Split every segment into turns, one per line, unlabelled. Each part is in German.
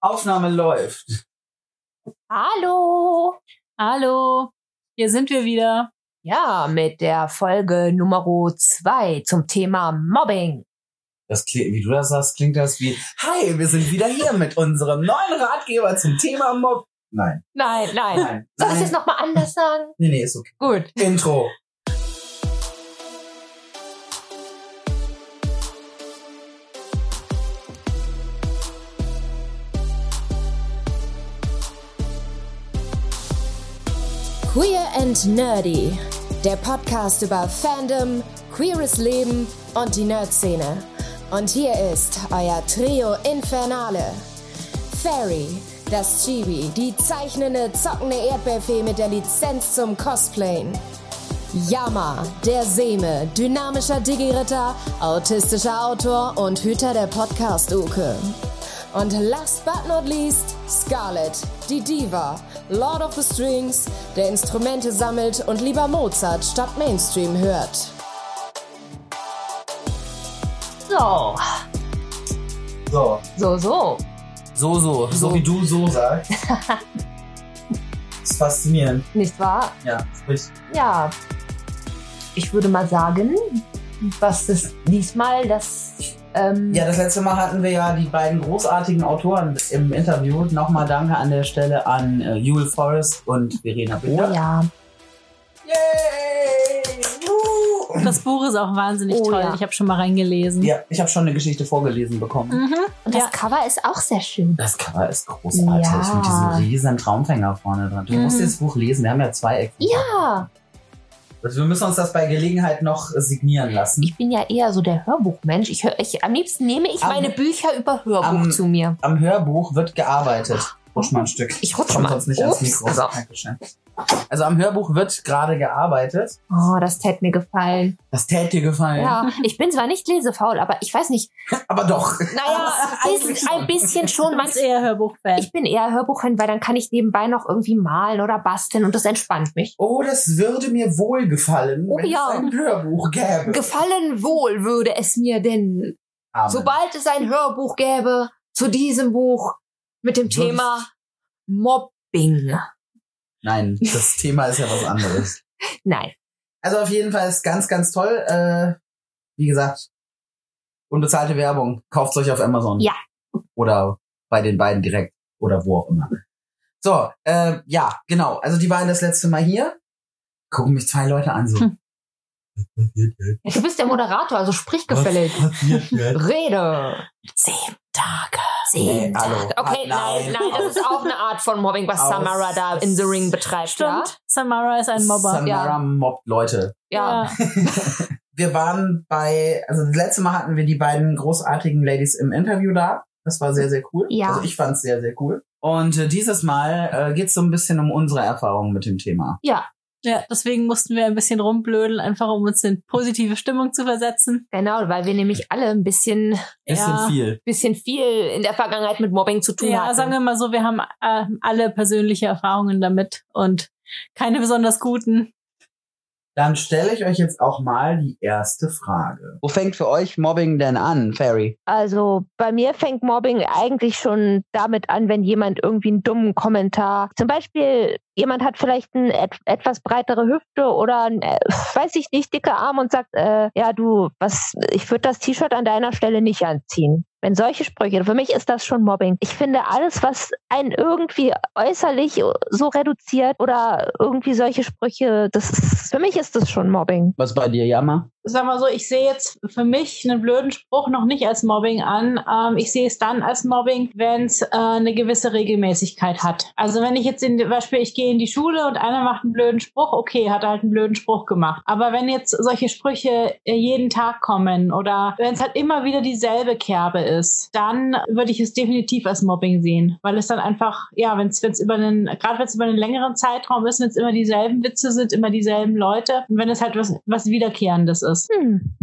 Aufnahme läuft.
Hallo!
Hallo, hier sind wir wieder.
Ja, mit der Folge Nummer 2 zum Thema Mobbing.
Das klingt, wie du das sagst, klingt das wie, hi, wir sind wieder hier mit unserem neuen Ratgeber zum Thema Mob. Nein,
Nein, nein.
nein,
Soll ich es
nein.
jetzt nochmal anders sagen?
Nee, nee, ist okay.
Gut.
Intro.
Queer and Nerdy, der Podcast über Fandom, queeres Leben und die Nerdszene. Und hier ist euer Trio Infernale. Fairy, das Chibi, die zeichnende, zockende Erdbeerfee mit der Lizenz zum Cosplayen. Yama, der Seme, dynamischer Digi-Ritter, autistischer Autor und Hüter der Podcast-Uke. Und last but not least, Scarlett, die Diva, Lord of the Strings, der Instrumente sammelt und lieber Mozart statt Mainstream hört.
So,
So,
so, so.
so, so, so wie du so sagst. ist faszinierend.
Nicht wahr?
Ja, sprich.
Ja. Ich würde mal sagen, was ist diesmal das. Ähm,
Ja, das letzte Mal hatten wir ja die beiden großartigen Autoren im Interview. Nochmal danke an der Stelle an äh, Jule Forrest und Verena
oh
Bohr.
ja.
Yay! Juhu!
Das Buch ist auch wahnsinnig
Oh,
toll.
ja.
Ich habe schon mal reingelesen.
Ja, ich habe schon eine Geschichte vorgelesen bekommen.
Mhm.
Und das
Ja.
Cover ist auch sehr schön.
Das Cover ist großartig
Ja.
mit diesem riesen Traumfänger vorne dran. Du
Mhm.
musst das Buch lesen, wir haben ja zwei Ecken.
Ja,
Also wir müssen uns das bei Gelegenheit noch signieren lassen.
ich bin ja eher so der Hörbuchmensch. Ich hör, ich, am liebsten nehme ich
Am-
meine Bücher über Hörbuch
am-
zu mir.
Am Hörbuch wird gearbeitet. Rutsch mal ein Stück.
Ich rutsche
Kommt
mal.
sonst nicht ans
Ups,
Mikro.
also.
Dankeschön. Also am Hörbuch wird gerade gearbeitet.
Oh, das hätte mir gefallen.
Das täte dir gefallen.
Ja, ich bin zwar nicht lesefaul, aber ich weiß nicht.
Aber doch.
Naja, ein
Eigentlich
bisschen,
schon.
ein bisschen schon.
Du bist
Manch,
eher Hörbuchfan.
ich bin eher Hörbuchhörer, weil dann kann ich nebenbei noch irgendwie malen oder basteln und das entspannt mich.
Oh, das würde mir wohl gefallen,
Oh
wenn
ja.
es ein Hörbuch gäbe.
Gefallen wohl würde es mir denn,
Amen.
sobald es ein Hörbuch gäbe zu diesem Buch mit dem
Würdest-
Thema Mobbing.
Nein, das Thema ist ja was anderes.
Nein.
Also auf jeden Fall ist ganz, ganz toll. Äh, wie gesagt, unbezahlte Werbung. Kauft euch auf Amazon.
Ja.
Oder bei den beiden direkt oder wo auch immer. So, äh, ja, genau. Also die waren das letzte Mal hier. Gucken mich zwei Leute an so.
Hm.
Was passiert jetzt?
Du bist der Moderator, also sprich
Was
gefällig.
passiert jetzt?
Rede. Zehn Tage.
Hey,
Zehn
hallo.
Tage.
Ah,
Okay, nein, nein, das ist auch eine Art von Mobbing, was
Aus-
Samara da in The Ring betreibt,
Stimmt. Samara ist ein Mobber.
Samara
Ja.
mobbt Leute.
ja? Ja.
wir waren bei, also das letzte Mal hatten wir die beiden großartigen Ladies im Interview da. Das war sehr, sehr cool.
Ja.
Also ich fand's sehr, sehr cool. Und äh, dieses Mal äh, geht's so ein bisschen um unsere Erfahrungen mit dem Thema.
Ja, deswegen mussten wir ein bisschen rumblödeln, einfach um uns in positive Stimmung zu versetzen.
Genau, weil wir nämlich alle ein bisschen,
Bisschen
ja,
viel.
bisschen viel in der Vergangenheit mit Mobbing zu tun
ja
hatten.
sagen wir mal so, wir haben äh, alle persönliche Erfahrungen damit und keine besonders guten.
Dann stelle ich euch jetzt auch mal die erste Frage. Wo fängt für euch Mobbing denn an, Ferry?
Also bei mir fängt Mobbing eigentlich schon damit an, wenn jemand irgendwie einen dummen Kommentar, zum Beispiel jemand hat vielleicht eine et etwas breitere Hüfte oder ein, äh, weiß ich nicht, dicker Arm und sagt, äh, ja du, was, ich würde das T-Shirt an deiner Stelle nicht anziehen. Wenn solche Sprüche, für mich ist das schon Mobbing. Ich finde alles, was einen irgendwie äußerlich so reduziert oder irgendwie solche Sprüche, das ist, für mich ist das schon Mobbing.
Was bei dir, Jammer?
sag mal so, ich sehe jetzt für mich einen blöden Spruch noch nicht als Mobbing an. Ähm, ich sehe es dann als Mobbing, wenn es äh, eine gewisse Regelmäßigkeit hat. Also wenn ich jetzt in zum Beispiel, ich gehe in die Schule und einer macht einen blöden Spruch, okay, hat er halt einen blöden Spruch gemacht. Aber wenn jetzt solche Sprüche äh, jeden Tag kommen oder wenn es halt immer wieder dieselbe Kerbe ist, dann würde ich es definitiv als Mobbing sehen. Weil es dann einfach, ja, wenn es über einen, gerade wenn es über einen längeren Zeitraum ist, wenn es immer dieselben Witze sind, immer dieselben Leute und wenn es halt was, was Wiederkehrendes ist.
Hm.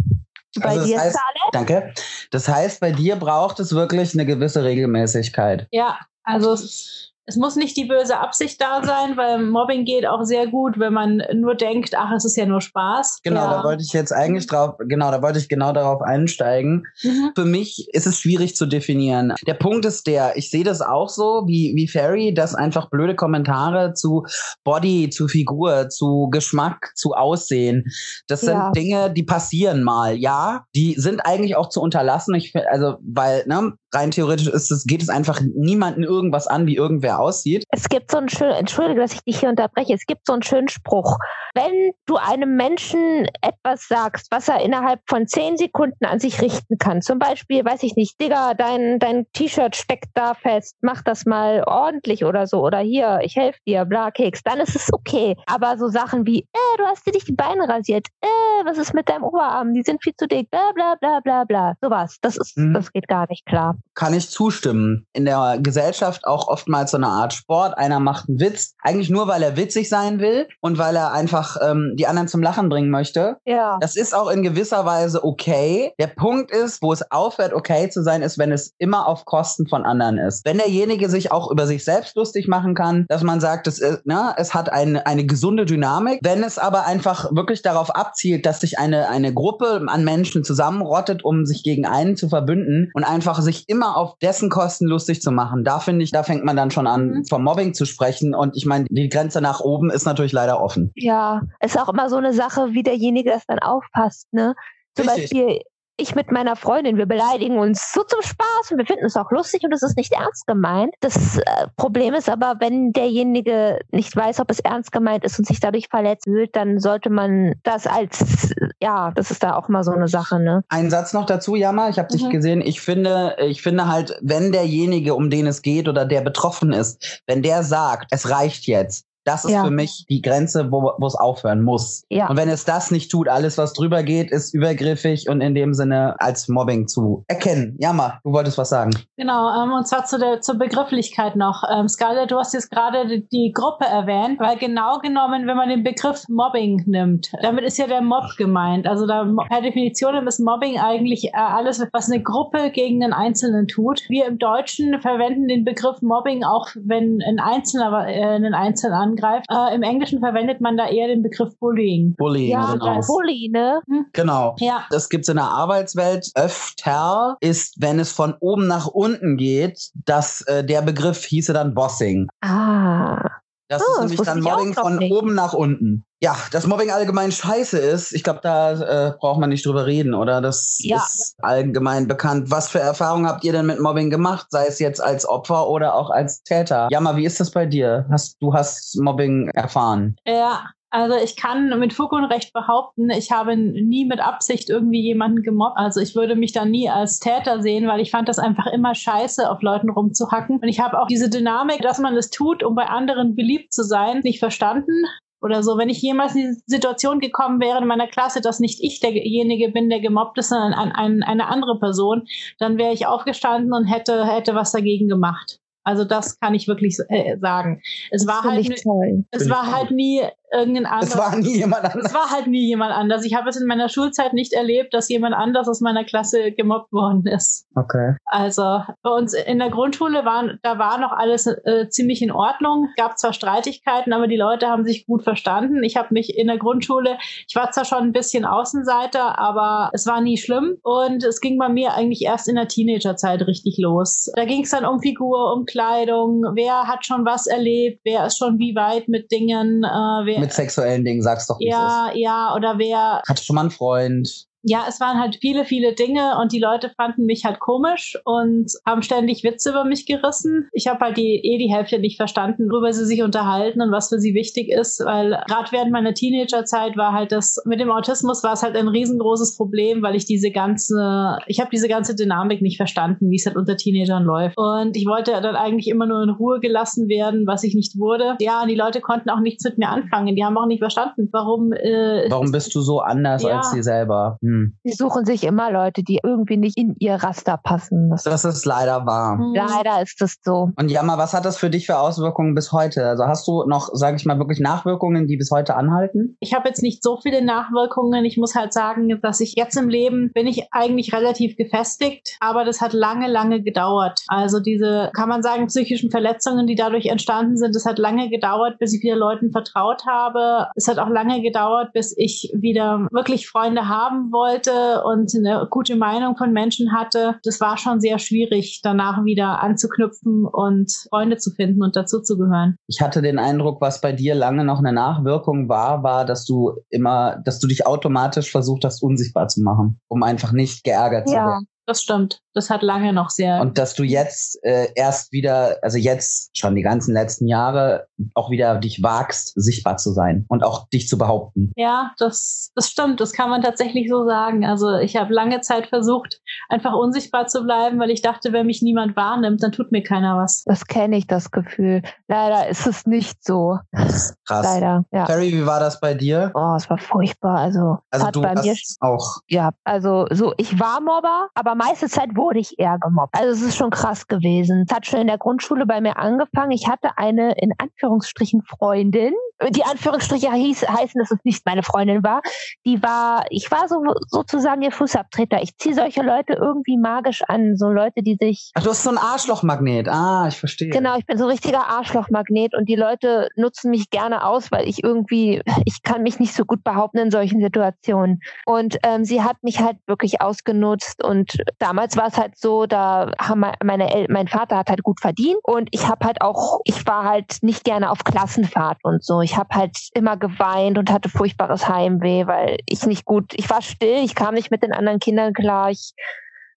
Bei
Also das
dir,
heißt-
Scarlett?
Danke. Das heißt, bei dir braucht es wirklich eine gewisse Regelmäßigkeit.
Ja, also es Es muss nicht die böse Absicht da sein, weil Mobbing geht auch sehr gut, wenn man nur denkt, ach, es ist ja nur Spaß.
Genau,
ja.
da wollte ich jetzt eigentlich drauf, genau, da wollte ich genau darauf einsteigen.
Mhm.
Für mich ist es schwierig zu definieren. Der Punkt ist der, ich sehe das auch so wie, wie Ferry, dass einfach blöde Kommentare zu Body, zu Figur, zu Geschmack, zu Aussehen, das sind
Ja.
Dinge, die passieren mal, ja. Die sind eigentlich auch zu unterlassen. Ich, fi- also, weil, ne, rein theoretisch ist es, geht es einfach niemanden irgendwas an, wie irgendwer aussieht.
Es gibt so einen schönen, entschuldige, dass ich dich hier unterbreche, es gibt so einen schönen Spruch. Wenn du einem Menschen etwas sagst, was er innerhalb von zehn Sekunden an sich richten kann, zum Beispiel, weiß ich nicht, Digga, dein, dein T-Shirt steckt da fest, mach das mal ordentlich oder so, oder hier, ich helfe dir, bla, Keks, dann ist es okay. Aber so Sachen wie, äh, du hast dir nicht die Beine rasiert, äh, was ist mit deinem Oberarm, die sind viel zu dick, bla, bla, bla, bla, bla, sowas, das ist,
Mhm.
das geht gar nicht klar.
Kann ich zustimmen. In der Gesellschaft auch oftmals so eine Art Sport. Einer macht einen Witz, eigentlich nur, weil er witzig sein will und weil er einfach ähm, die anderen zum Lachen bringen möchte.
Ja.
Das ist auch in gewisser Weise okay. Der Punkt ist, wo es aufhört, okay zu sein, ist, wenn es immer auf Kosten von anderen ist. Wenn derjenige sich auch über sich selbst lustig machen kann, dass man sagt, es, ist, ne, es hat eine eine gesunde Dynamik. Wenn es aber einfach wirklich darauf abzielt, dass sich eine, eine Gruppe an Menschen zusammenrottet, um sich gegen einen zu verbünden und einfach sich immer auf dessen Kosten lustig zu machen, da finde ich, da fängt man dann schon an,
Mhm.
vom Mobbing zu sprechen. Und ich meine, die Grenze nach oben ist natürlich leider offen.
Ja, ist auch immer so eine Sache, wie derjenige das dann aufpasst, ne? Zum
Richtig.
Beispiel ich mit meiner Freundin, wir beleidigen uns so zum Spaß und wir finden es auch lustig und es ist nicht ernst gemeint. Das äh, Problem ist aber, wenn derjenige nicht weiß, ob es ernst gemeint ist und sich dadurch verletzt fühlt, dann sollte man das als, ja, das ist da auch mal so eine Sache, ne?
Ein Satz noch dazu, Jammer. Ich habe dich
Mhm.
gesehen. Ich finde, ich finde halt, wenn derjenige, um den es geht oder der betroffen ist, wenn der sagt, es reicht jetzt, das ist
Ja.
für mich die Grenze, wo wo es aufhören muss.
Ja.
Und wenn es das nicht tut, alles, was drüber geht, ist übergriffig und in dem Sinne als Mobbing zu erkennen. Jammer, du wolltest was sagen.
Genau, ähm, und zwar zu der, zur Begrifflichkeit noch. Ähm, Scarlett, du hast jetzt gerade die, die Gruppe erwähnt, weil genau genommen, wenn man den Begriff Mobbing nimmt, damit ist ja der Mob gemeint. Also da, per Definition ist Mobbing eigentlich äh, alles, was eine Gruppe gegen einen Einzelnen tut. Wir im Deutschen verwenden den Begriff Mobbing auch, wenn ein Einzelner äh, einen Einzelnen angreift. Äh, Im Englischen verwendet man da eher den Begriff Bullying.
Bullying,
Ja,
genau.
Bulli, ne?
Genau.
Ja,
Das gibt's in der Arbeitswelt öfter, ist, wenn es von oben nach unten geht, dass äh, der Begriff hieße dann Bossing.
Ah,
Das
Ah,
ist
das
nämlich
wusste
dann
ich auch
Mobbing
noch
von
nicht.
oben nach unten. Ja, dass Mobbing allgemein scheiße ist, ich glaube, da äh, braucht man nicht drüber reden, oder? Das
Ja.
ist allgemein bekannt. Was für Erfahrungen habt ihr denn mit Mobbing gemacht? Sei es jetzt als Opfer oder auch als Täter? Jammer, wie ist das bei dir? Hast, du hast Mobbing erfahren.
Ja, also ich kann mit Fug und Recht behaupten, ich habe nie mit Absicht irgendwie jemanden gemobbt. Also ich würde mich da nie als Täter sehen, weil ich fand das einfach immer scheiße, auf Leuten rumzuhacken. Und ich habe auch diese Dynamik, dass man es tut, um bei anderen beliebt zu sein, nicht verstanden. Oder so, wenn ich jemals in die Situation gekommen wäre in meiner Klasse, dass nicht ich derjenige bin, der gemobbt ist, sondern ein, ein, eine andere Person, dann wäre ich aufgestanden und hätte, hätte was dagegen gemacht. Also das kann ich wirklich äh, sagen. Es war
finde
halt
ich toll.
es
Bin
war
ich
halt nie irgendein
Es
anderes.
war nie jemand
Es
anders.
war halt nie jemand anders. Ich habe es in meiner Schulzeit nicht erlebt, dass jemand anders aus meiner Klasse gemobbt worden ist.
Okay.
Also bei uns in der Grundschule waren, da war noch alles äh, ziemlich in Ordnung. Gab zwar Streitigkeiten, aber die Leute haben sich gut verstanden. Ich habe mich in der Grundschule, ich war zwar schon ein bisschen Außenseiter, aber es war nie schlimm. Und es ging bei mir eigentlich erst in der Teenagerzeit richtig los. Da ging es dann um Figur, um Kleidung, wer hat schon was erlebt, wer ist schon wie weit mit Dingen, äh, wer
Mit sexuellen Dingen, sag's doch, wie es
ja, ja, oder wer
ist. Hattest schon mal einen Freund?
ja, es waren halt viele, viele Dinge und die Leute fanden mich halt komisch und haben ständig Witze über mich gerissen. Ich habe halt die, eh die Hälfte nicht verstanden, worüber sie sich unterhalten und was für sie wichtig ist, weil gerade während meiner Teenagerzeit war halt das, mit dem Autismus war es halt ein riesengroßes Problem, weil ich diese ganze, ich habe diese ganze Dynamik nicht verstanden, wie es halt unter Teenagern läuft. Und ich wollte dann eigentlich immer nur in Ruhe gelassen werden, was ich nicht wurde. Ja, und die Leute konnten auch nichts mit mir anfangen. Die haben auch nicht verstanden, warum äh,
Warum bist du so anders
Ja.
als sie selber? Hm. Hm.
Sie suchen sich immer Leute, die irgendwie nicht in ihr Raster passen. Das
Das ist leider wahr.
Hm.
Leider ist das so.
Und Jammer, was hat das für dich für Auswirkungen bis heute? Also hast du noch, sage ich mal, wirklich Nachwirkungen, die bis heute anhalten?
Ich habe jetzt nicht so viele Nachwirkungen. Ich muss halt sagen, dass ich jetzt im Leben bin ich eigentlich relativ gefestigt, aber das hat lange, lange gedauert. Also diese, kann man sagen, psychischen Verletzungen, die dadurch entstanden sind, das hat lange gedauert, bis ich wieder Leuten vertraut habe. Es hat auch lange gedauert, bis ich wieder wirklich Freunde haben wollte und eine gute Meinung von Menschen hatte. Das war schon sehr schwierig, danach wieder anzuknüpfen und Freunde zu finden und dazuzugehören.
Ich hatte den Eindruck, was bei dir lange noch eine Nachwirkung war, war, dass du immer, dass du dich automatisch versucht hast, unsichtbar zu machen, um einfach nicht geärgert zu
Ja.
werden.
Das stimmt. Das hat lange noch sehr
Und dass du jetzt äh, erst wieder, also jetzt schon die ganzen letzten Jahre, auch wieder dich wagst, sichtbar zu sein und auch dich zu behaupten.
Ja, das, das stimmt. Das kann man tatsächlich so sagen. Also ich habe lange Zeit versucht, einfach unsichtbar zu bleiben, weil ich dachte, wenn mich niemand wahrnimmt, dann tut mir keiner was.
Das kenne ich, das Gefühl. Leider ist es nicht so.
Krass.
Leider, ja.
Terry, wie war das bei dir?
Oh, es war furchtbar. Also, es
Also
hat
du
bei mir
hast auch.
ja, also so, ich war Mobber, aber meiste Zeit wurde ich eher gemobbt. Also es ist schon krass gewesen. Es hat schon in der Grundschule bei mir angefangen. Ich hatte eine in Anführungsstrichen Freundin. Die Anführungsstriche hieß, heißen, dass es nicht meine Freundin war. Die war, ich war so sozusagen ihr Fußabtreter. Ich ziehe solche Leute irgendwie magisch an, so Leute, die sich
Ach, du hast so ein Arschlochmagnet. Ah, ich verstehe.
Genau, ich bin so ein richtiger Arschlochmagnet und die Leute nutzen mich gerne aus, weil ich irgendwie, ich kann mich nicht so gut behaupten in solchen Situationen. Und ähm, sie hat mich halt wirklich ausgenutzt und damals war es halt so, da haben me- meine El mein Vater hat halt gut verdient und ich habe halt auch, ich war halt nicht gerne auf Klassenfahrt und so. Ich habe halt immer geweint und hatte furchtbares Heimweh, weil ich nicht gut, ich war still, ich kam nicht mit den anderen Kindern klar, ich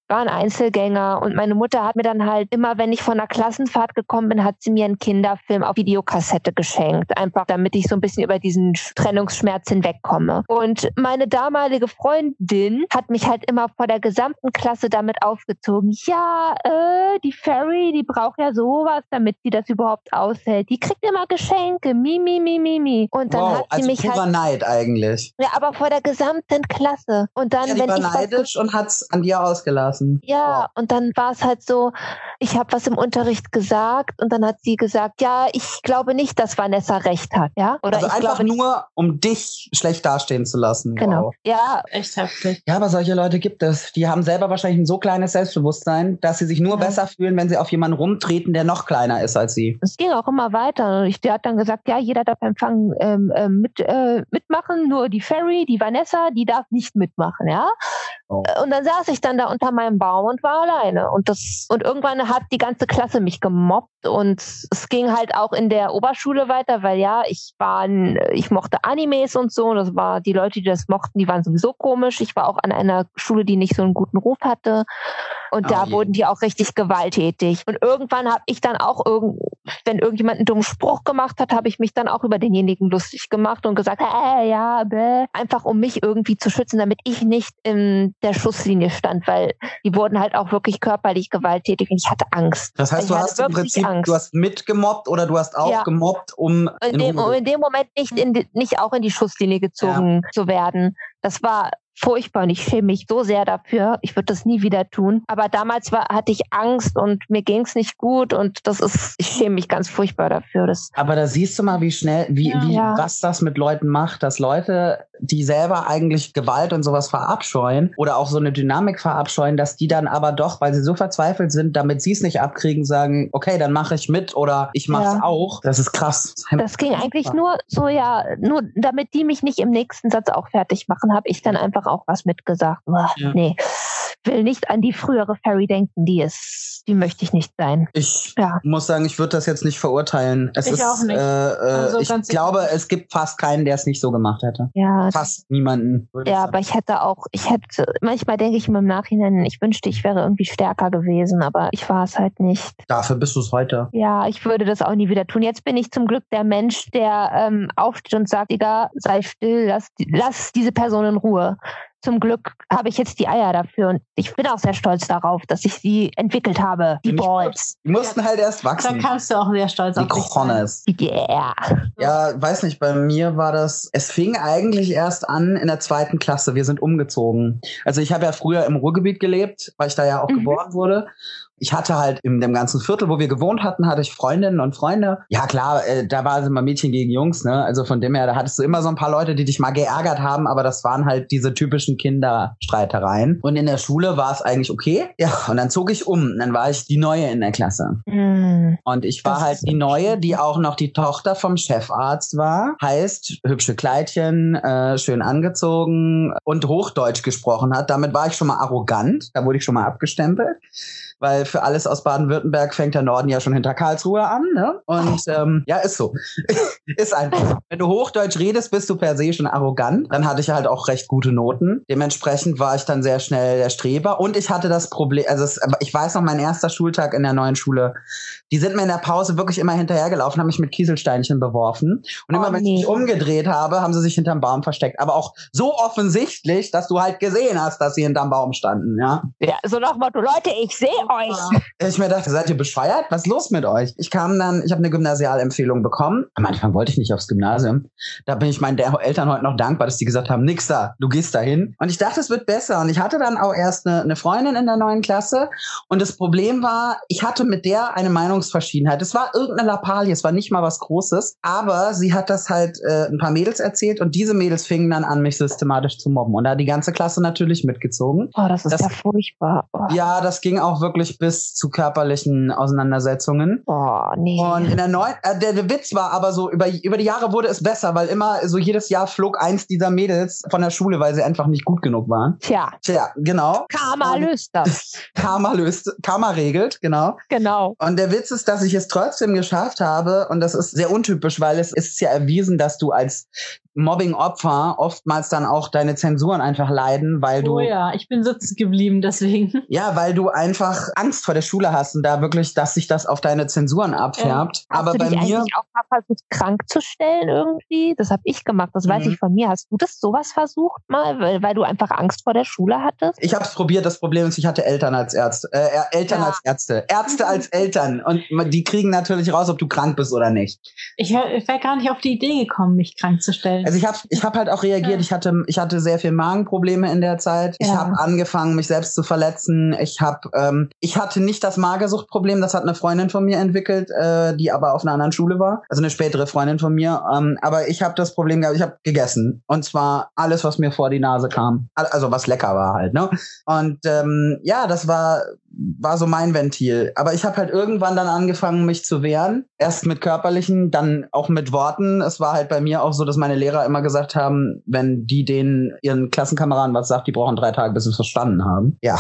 war ein Einzelgänger und meine Mutter hat mir dann halt immer, wenn ich von einer Klassenfahrt gekommen bin, hat sie mir einen Kinderfilm auf Videokassette geschenkt, einfach damit ich so ein bisschen über diesen Sch- Trennungsschmerz hinwegkomme. Und meine damalige Freundin hat mich halt immer vor der gesamten Klasse damit aufgezogen, ja, äh, die Fairy, die braucht ja sowas, damit sie das überhaupt aushält. Die kriegt immer Geschenke, mi, mi, mi, mi, mi. Und dann
wow,
hat sie
also
mich
purer
halt,
Neid eigentlich.
ja, aber vor der gesamten Klasse. Und dann,
Ja, die
wenn
war
ich was
neidisch und hat's an dir ausgelassen.
ja, und dann war es halt so, ich habe was im Unterricht gesagt und dann hat sie gesagt, ja, ich glaube nicht, dass Vanessa recht hat, ja? Oder
also
ich
einfach
glaube nicht-
nur, um dich schlecht dastehen zu lassen.
Genau.
Wow.
Ja,
Echt heftig.
Ja, aber solche Leute gibt es. Die haben selber wahrscheinlich ein so kleines Selbstbewusstsein, dass sie sich nur
Ja.
besser fühlen, wenn sie auf jemanden rumtreten, der noch kleiner ist als sie.
es ging auch immer weiter. Und ich, die hat dann gesagt, ja, jeder darf empfangen, ähm, ähm, mit, äh, mitmachen, nur die Ferry, die Vanessa, die darf nicht mitmachen, ja?
Oh.
Äh, Und dann saß ich dann da unter meinem Baum und war alleine. Und das, und irgendwann hat die ganze Klasse mich gemobbt und es ging halt auch in der Oberschule weiter, weil ja, ich war, ein- ich mochte Animes und so. Und das war, die Leute, die das mochten, die waren sowieso komisch. Ich war auch an einer Schule, die nicht so einen guten Ruf hatte. Und
Oh
da
je.
wurden die auch richtig gewalttätig. Und irgendwann habe ich dann auch irgend, wenn irgendjemand einen dummen Spruch gemacht hat, habe ich mich dann auch über denjenigen lustig gemacht und gesagt, äh, ja, bäh. einfach um mich irgendwie zu schützen, damit ich nicht in der Schusslinie stand, weil die wurden halt auch wirklich körperlich gewalttätig und ich hatte Angst.
Das heißt,
Ich
du
hatte
hast im
wirklich
Prinzip,
Angst.
du hast mitgemobbt oder du hast auch
Ja.
gemobbt, um
In dem,
Ruhe-
in dem Moment nicht, in die, nicht auch in die Schusslinie gezogen zu werden. Das war furchtbar und ich schäme mich so sehr dafür. Ich würde das nie wieder tun. Aber damals war, hatte ich Angst und mir ging es nicht gut und das ist, ich schäme mich ganz furchtbar dafür. Das
Aber da siehst du mal, wie schnell, wie,
Ja.
wie
Ja.
was das mit Leuten macht, dass Leute, die selber eigentlich Gewalt und sowas verabscheuen oder auch so eine Dynamik verabscheuen, dass die dann aber doch, weil sie so verzweifelt sind, damit sie es nicht abkriegen, sagen, okay, dann mache ich mit oder ich mache es
Ja.
auch. Das ist krass.
Das ging eigentlich
Ja.
nur so, ja, nur damit die mich nicht im nächsten Satz auch fertig machen, habe ich dann einfach auch was mitgesagt. Uah,
Ja.
Nee, will nicht an die frühere Fairy denken, die ist, die möchte ich nicht sein.
Ich
Ja.
muss sagen, ich würde das jetzt nicht verurteilen. Es
Ich
ist,
auch nicht.
Äh, äh,
Also
ich
ganz sicher
glaube,
nicht.
es gibt fast keinen, der es nicht so gemacht hätte.
Ja,
Fast niemanden. würde ich
ja,
sagen.
aber ich hätte auch, ich hätte, manchmal denke ich mir im Nachhinein, ich wünschte, ich wäre irgendwie stärker gewesen, aber ich war es halt nicht.
Dafür bist du es heute.
Ja, ich würde das auch nie wieder tun. Jetzt bin ich zum Glück der Mensch, der ähm, aufsteht und sagt, Digga, sei still, lass, die- lass diese Person in Ruhe.
zum Glück habe ich jetzt die Eier dafür und ich bin auch sehr stolz darauf, dass ich sie entwickelt habe. Die
Finde ich
Balls.
Die mussten halt erst
Da
wachsen.
kannst du auch sehr stolz
Die
auf dich sein.
Krochones.
Yeah.
Ja, weiß nicht, bei mir war das, es fing eigentlich erst an in der zweiten Klasse. Wir sind umgezogen. Also ich habe ja früher im Ruhrgebiet gelebt, weil ich da ja auch
Mhm.
geboren wurde. Ich hatte halt in dem ganzen Viertel, wo wir gewohnt hatten, hatte ich Freundinnen und Freunde. Ja klar, äh, da war es immer Mädchen gegen Jungs, ne? Also von dem her, da hattest du immer so ein paar Leute, die dich mal geärgert haben, aber das waren halt diese typischen Kinderstreitereien. Und in der Schule war es eigentlich okay. Ja, und dann zog ich um. Und dann war ich die Neue in der Klasse.
Mm.
Und ich war
Das
halt
ist
die Neue, die auch noch die Tochter vom Chefarzt war. Heißt, hübsche Kleidchen, äh, schön angezogen und Hochdeutsch gesprochen hat. Damit war ich schon mal arrogant. Da wurde ich schon mal abgestempelt. Weil für alles aus Baden-Württemberg fängt der Norden ja schon hinter Karlsruhe an. Ne? Und ähm, ja, ist so. ist einfach. so. Wenn du Hochdeutsch redest, bist du per se schon arrogant. Dann hatte ich halt auch recht gute Noten. Dementsprechend war ich dann sehr schnell der Streber. Und ich hatte das Problem, also es, aber ich weiß noch, mein erster Schultag in der neuen Schule, die sind mir in der Pause wirklich immer hinterhergelaufen, haben mich mit Kieselsteinchen beworfen. Und
Oh,
immer wenn
nee.
ich mich umgedreht habe, haben sie sich hinterm Baum versteckt. Aber auch so offensichtlich, dass du halt gesehen hast, dass sie hinterm Baum standen, ja.
Ja, so nach dem Motto, Leute, ich sehe euch.
Ich mir dachte, seid ihr bescheuert? Was ist los mit euch? Ich kam dann, ich habe eine Gymnasialempfehlung bekommen. Am Anfang wollte ich nicht aufs Gymnasium. Da bin ich meinen der Eltern heute noch dankbar, dass die gesagt haben, nix da, du gehst dahin. Und ich dachte, es wird besser. Und ich hatte dann auch erst eine, eine Freundin in der neuen Klasse. Und das Problem war, ich hatte mit der eine Meinungsverschiedenheit. Es war irgendeine Lappalie, es war nicht mal was Großes. Aber sie hat das halt äh, ein paar Mädels erzählt und diese Mädels fingen dann an, mich systematisch zu mobben. Und da hat die ganze Klasse natürlich mitgezogen.
Oh, das ist
Das-
ja furchtbar. Oh,
Ja, das ging auch wirklich bis zu körperlichen Auseinandersetzungen.
oh nee.
Und in der neuen, äh, der, der Witz war aber so, über, über die Jahre wurde es besser, weil immer so jedes Jahr flog eins dieser Mädels von der Schule, weil sie einfach nicht gut genug waren.
Tja,
Tja, genau.
Karma
Und-
löst das.
Karma löst, Karma regelt, genau.
genau.
Und der Witz ist, dass ich es trotzdem geschafft habe. Und das ist sehr untypisch, weil es ist ja erwiesen, dass du als Mobbing-Opfer oftmals dann auch deine Zensuren einfach leiden, weil du
Oh ja, ich bin sitzen geblieben, deswegen.
Ja, weil du einfach Angst vor der Schule hast und da wirklich, dass sich das auf deine Zensuren abfärbt.
Hast
Aber
du
bei
dich
Also
mir,
eigentlich auch mal versucht, krank zu stellen irgendwie? Das habe ich gemacht, das weiß
Mhm.
ich von mir. Hast du das sowas versucht mal, weil, weil du einfach Angst vor der Schule hattest?
ich habe es probiert. Das Problem ist, ich hatte Eltern als Ärzte, äh, Ä- Eltern
Ja.
als Ärzte, Ärzte als Eltern und man- die kriegen natürlich raus, ob du krank bist oder nicht.
Ich, wär- ich wäre gar nicht auf die Idee gekommen, mich krank zu stellen.
Also ich habe ich hab halt auch reagiert.
Ja.
Ich hatte ich hatte sehr viel Magenprobleme in der Zeit. Ich
Ja.
habe angefangen, mich selbst zu verletzen. Ich habe ähm, ich hatte nicht das Magersuchtproblem. Das hat eine Freundin von mir entwickelt, äh, die aber auf einer anderen Schule war. Also eine spätere Freundin von mir. Ähm, aber ich habe das Problem gehabt. Ich habe gegessen und zwar alles, was mir vor die Nase kam. Al- Also was lecker war halt. Ne? Und ähm, ja, das war war so mein Ventil. Aber ich habe halt irgendwann dann angefangen, mich zu wehren. Erst mit körperlichen, dann auch mit Worten. Es war halt bei mir auch so, dass meine Lehrer immer gesagt haben, wenn die den ihren Klassenkameraden was sagt, die brauchen drei Tage, bis sie es verstanden haben. Ja.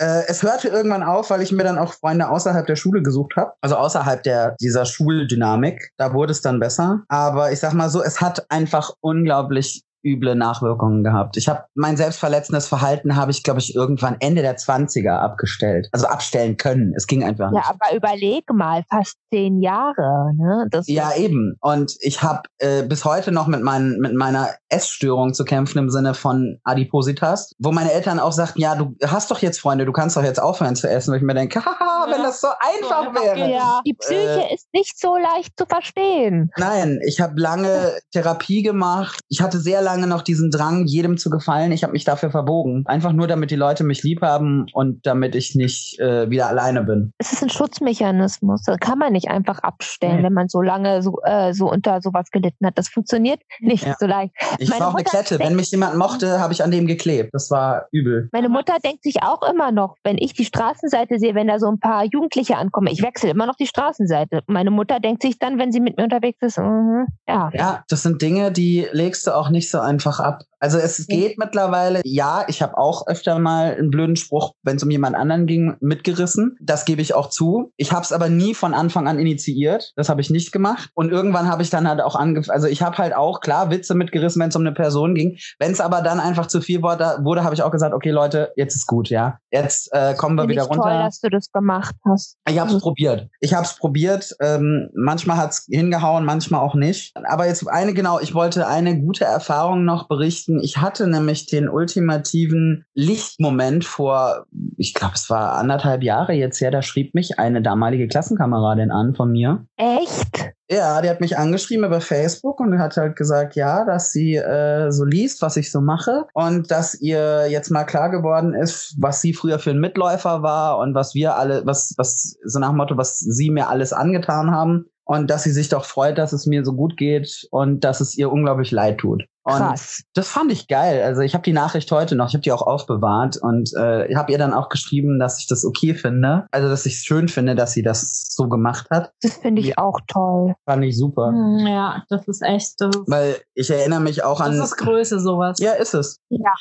Äh, es hörte irgendwann auf, weil ich mir dann auch Freunde außerhalb der Schule gesucht habe. Also außerhalb der, dieser Schuldynamik. Da wurde es dann besser. Aber ich sag mal so, es hat einfach unglaublich üble Nachwirkungen gehabt. Ich habe mein selbstverletzendes Verhalten habe ich, glaube ich, irgendwann Ende der 20er abgestellt. Also abstellen können. Es ging einfach
Ja,
nicht.
aber überleg mal, fast zehn Jahre, ne? Das
Ja, eben. Und ich habe äh, bis heute noch mit, meinen, mit meiner Essstörung zu kämpfen im Sinne von Adipositas, wo meine Eltern auch sagten, ja, du hast doch jetzt Freunde, du kannst doch jetzt aufhören zu essen. Und ich mir denke, haha, wenn
Ja.
das so einfach
einfach
wäre.
geht.
ja. Die Psyche ist nicht so leicht zu verstehen.
Nein, ich habe lange Therapie gemacht. Ich hatte sehr lange noch diesen Drang, jedem zu gefallen. Ich habe mich dafür verbogen. Einfach nur, damit die Leute mich lieb haben und damit ich nicht äh, wieder alleine bin.
Es ist ein Schutzmechanismus. Das kann man nicht einfach abstellen,
Nee.
wenn man so lange so, äh, so unter sowas gelitten hat. Das funktioniert nicht
Ja.
so leicht.
Ich
Meine
war auch eine
Mutter
Klette. Wenn mich jemand mochte, habe ich an dem geklebt. Das war übel.
Meine Mutter denkt sich auch immer noch, wenn ich die Straßenseite sehe, wenn da so ein paar Jugendliche ankommen, ich wechsle immer noch die Straßenseite. Meine Mutter denkt sich dann, wenn sie mit mir unterwegs ist, mhm, ja.
Ja, das sind Dinge, die legst du auch nicht so einfach ab. Also es geht mittlerweile, ja, ich habe auch öfter mal einen blöden Spruch, wenn es um jemand anderen ging, mitgerissen. Das gebe ich auch zu. Ich habe es aber nie von Anfang an initiiert. Das habe ich nicht gemacht. Und irgendwann habe ich dann halt auch angefangen, also ich habe halt auch klar Witze mitgerissen, wenn es um eine Person ging. Wenn es aber dann einfach zu viel wurde, wurde habe ich auch gesagt, okay Leute, jetzt ist gut, ja. Jetzt äh, kommen wir
Finde
wieder
ich
runter.
toll, dass du das gemacht hast.
Ich habe es probiert. Ich habe es probiert. Ähm, manchmal hat's hingehauen, manchmal auch nicht. Aber jetzt eine, genau, ich wollte eine gute Erfahrung noch berichten. berichten. Ich hatte nämlich den ultimativen Lichtmoment vor, ich glaube, es war anderthalb Jahre jetzt her, da schrieb mich eine damalige Klassenkameradin an von mir.
Echt?
Ja, die hat mich angeschrieben über Facebook und hat halt gesagt, ja, dass sie äh, so liest, was ich so mache und dass ihr jetzt mal klar geworden ist, was sie früher für ein Mitläufer war und was wir alle, was, was, so nach dem Motto, was sie mir alles angetan haben und dass sie sich doch freut, dass es mir so gut geht und dass es ihr unglaublich leid tut. Und
Krass.
das fand ich geil. Also ich habe die Nachricht heute noch, ich habe die auch aufbewahrt und äh, habe ihr dann auch geschrieben, dass ich das okay finde. Also dass ich es schön finde, dass sie das so gemacht hat.
Das finde ich auch toll.
Fand ich super.
Hm, Ja, das ist echt, das ist,
Weil ich erinnere mich auch
das
an.
ist Größe, sowas.
ja, ist es.
Ja.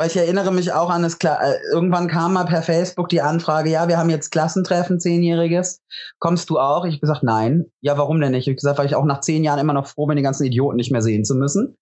Weil ich erinnere mich auch an das Kla äh, irgendwann kam mal per Facebook die Anfrage, ja, wir haben jetzt Klassentreffen, Zehnjähriges. Kommst du auch? Ich habe gesagt, nein. Ja, warum denn nicht? Ich habe gesagt, weil ich auch nach zehn Jahren immer noch froh bin, die ganzen Idioten nicht mehr sehen zu müssen.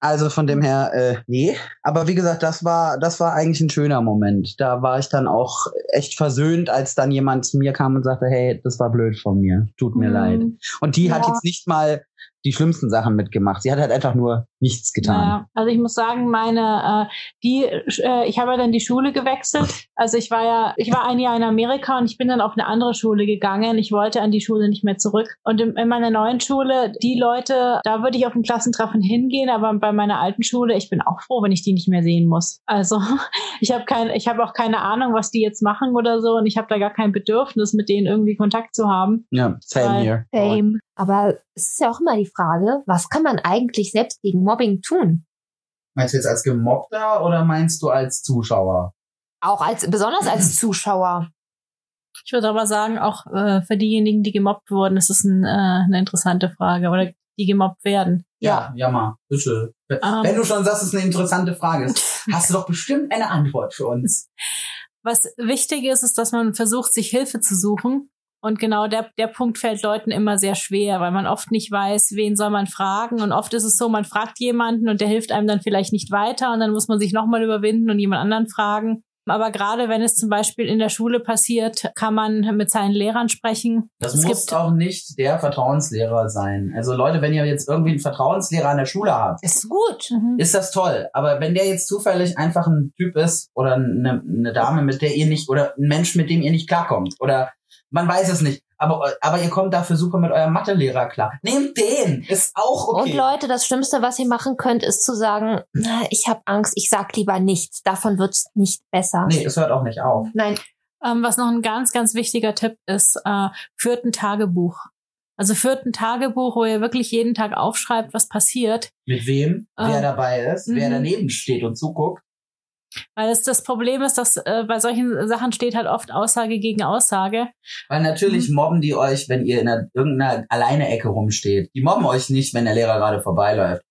Also von dem her, äh, nee. Aber wie gesagt, das war, das war eigentlich ein schöner Moment. Da war ich dann auch echt versöhnt, als dann jemand zu mir kam und sagte, hey, das war blöd von mir. Tut mir
Hm.
leid. Und die hat
Ja.
jetzt nicht mal die schlimmsten Sachen mitgemacht. Sie hat halt einfach nur nichts getan.
Ja, also ich muss sagen, meine, äh, die, äh, ich habe ja dann die Schule gewechselt. Also ich war ja, ich war ein Jahr in Amerika und ich bin dann auf eine andere Schule gegangen. Ich wollte an die Schule nicht mehr zurück. Und in, in meiner neuen Schule, die Leute, da würde ich auf ein Klassentreffen hingehen, aber bei meiner alten Schule, ich bin auch froh, wenn ich die nicht mehr sehen muss. Also ich habe kein, ich habe auch keine Ahnung, was die jetzt machen oder so und ich habe da gar kein Bedürfnis, mit denen irgendwie Kontakt zu haben.
Ja, same
Weil-
here.
Same.
Aber es ist ja auch immer die Frage, was kann man eigentlich selbst gegen Mobbing tun?
Meinst du jetzt als Gemobbter oder meinst du als Zuschauer?
Auch als, besonders als Zuschauer.
Ich würde aber sagen, auch äh, für diejenigen, die gemobbt wurden, ist es ein, äh, eine interessante Frage oder die gemobbt werden.
Ja.
jammer. Bitte.
Ähm.
Wenn du schon sagst, dass es eine interessante Frage ist, hast du doch bestimmt eine Antwort für uns.
Was wichtig ist, ist, dass man versucht, sich Hilfe zu suchen. Und genau der, der Punkt fällt Leuten immer sehr schwer, weil man oft nicht weiß, wen soll man fragen. Und oft ist es so, man fragt jemanden und der hilft einem dann vielleicht nicht weiter und dann muss man sich nochmal überwinden und jemand anderen fragen. Aber gerade wenn es zum Beispiel in der Schule passiert, kann man mit seinen Lehrern sprechen.
Das
Es
muss
gibt-
auch nicht der Vertrauenslehrer sein. Also Leute, wenn ihr jetzt irgendwie einen Vertrauenslehrer an der Schule habt,
Ist gut.
ist das toll. Aber wenn der jetzt zufällig einfach ein Typ ist oder eine, eine Dame, mit der ihr nicht, oder ein Mensch, mit dem ihr nicht klarkommt, oder man weiß es nicht, aber, aber ihr kommt dafür super mit eurem Mathelehrer klar. Nehmt den! Ist auch okay.
Und Leute, das Schlimmste, was ihr machen könnt, ist zu sagen, "Na, ich habe Angst, ich sag lieber nichts. Davon wird's nicht besser.
nee, es hört auch nicht auf.
Nein,
Ähm, was noch ein ganz, ganz wichtiger Tipp ist, äh, führt ein Tagebuch. Also führt ein Tagebuch, wo ihr wirklich jeden Tag aufschreibt, was passiert.
Mit wem, wer
Ah.
Ähm,
dabei ist, wer
mhm.
daneben steht und zuguckt.
Weil das, das Problem ist, dass äh, bei solchen Sachen steht halt oft Aussage gegen Aussage.
Weil natürlich
Mhm.
mobben die euch, wenn ihr in einer, irgendeiner alleine Ecke rumsteht. Die mobben euch nicht, wenn der Lehrer gerade vorbeiläuft.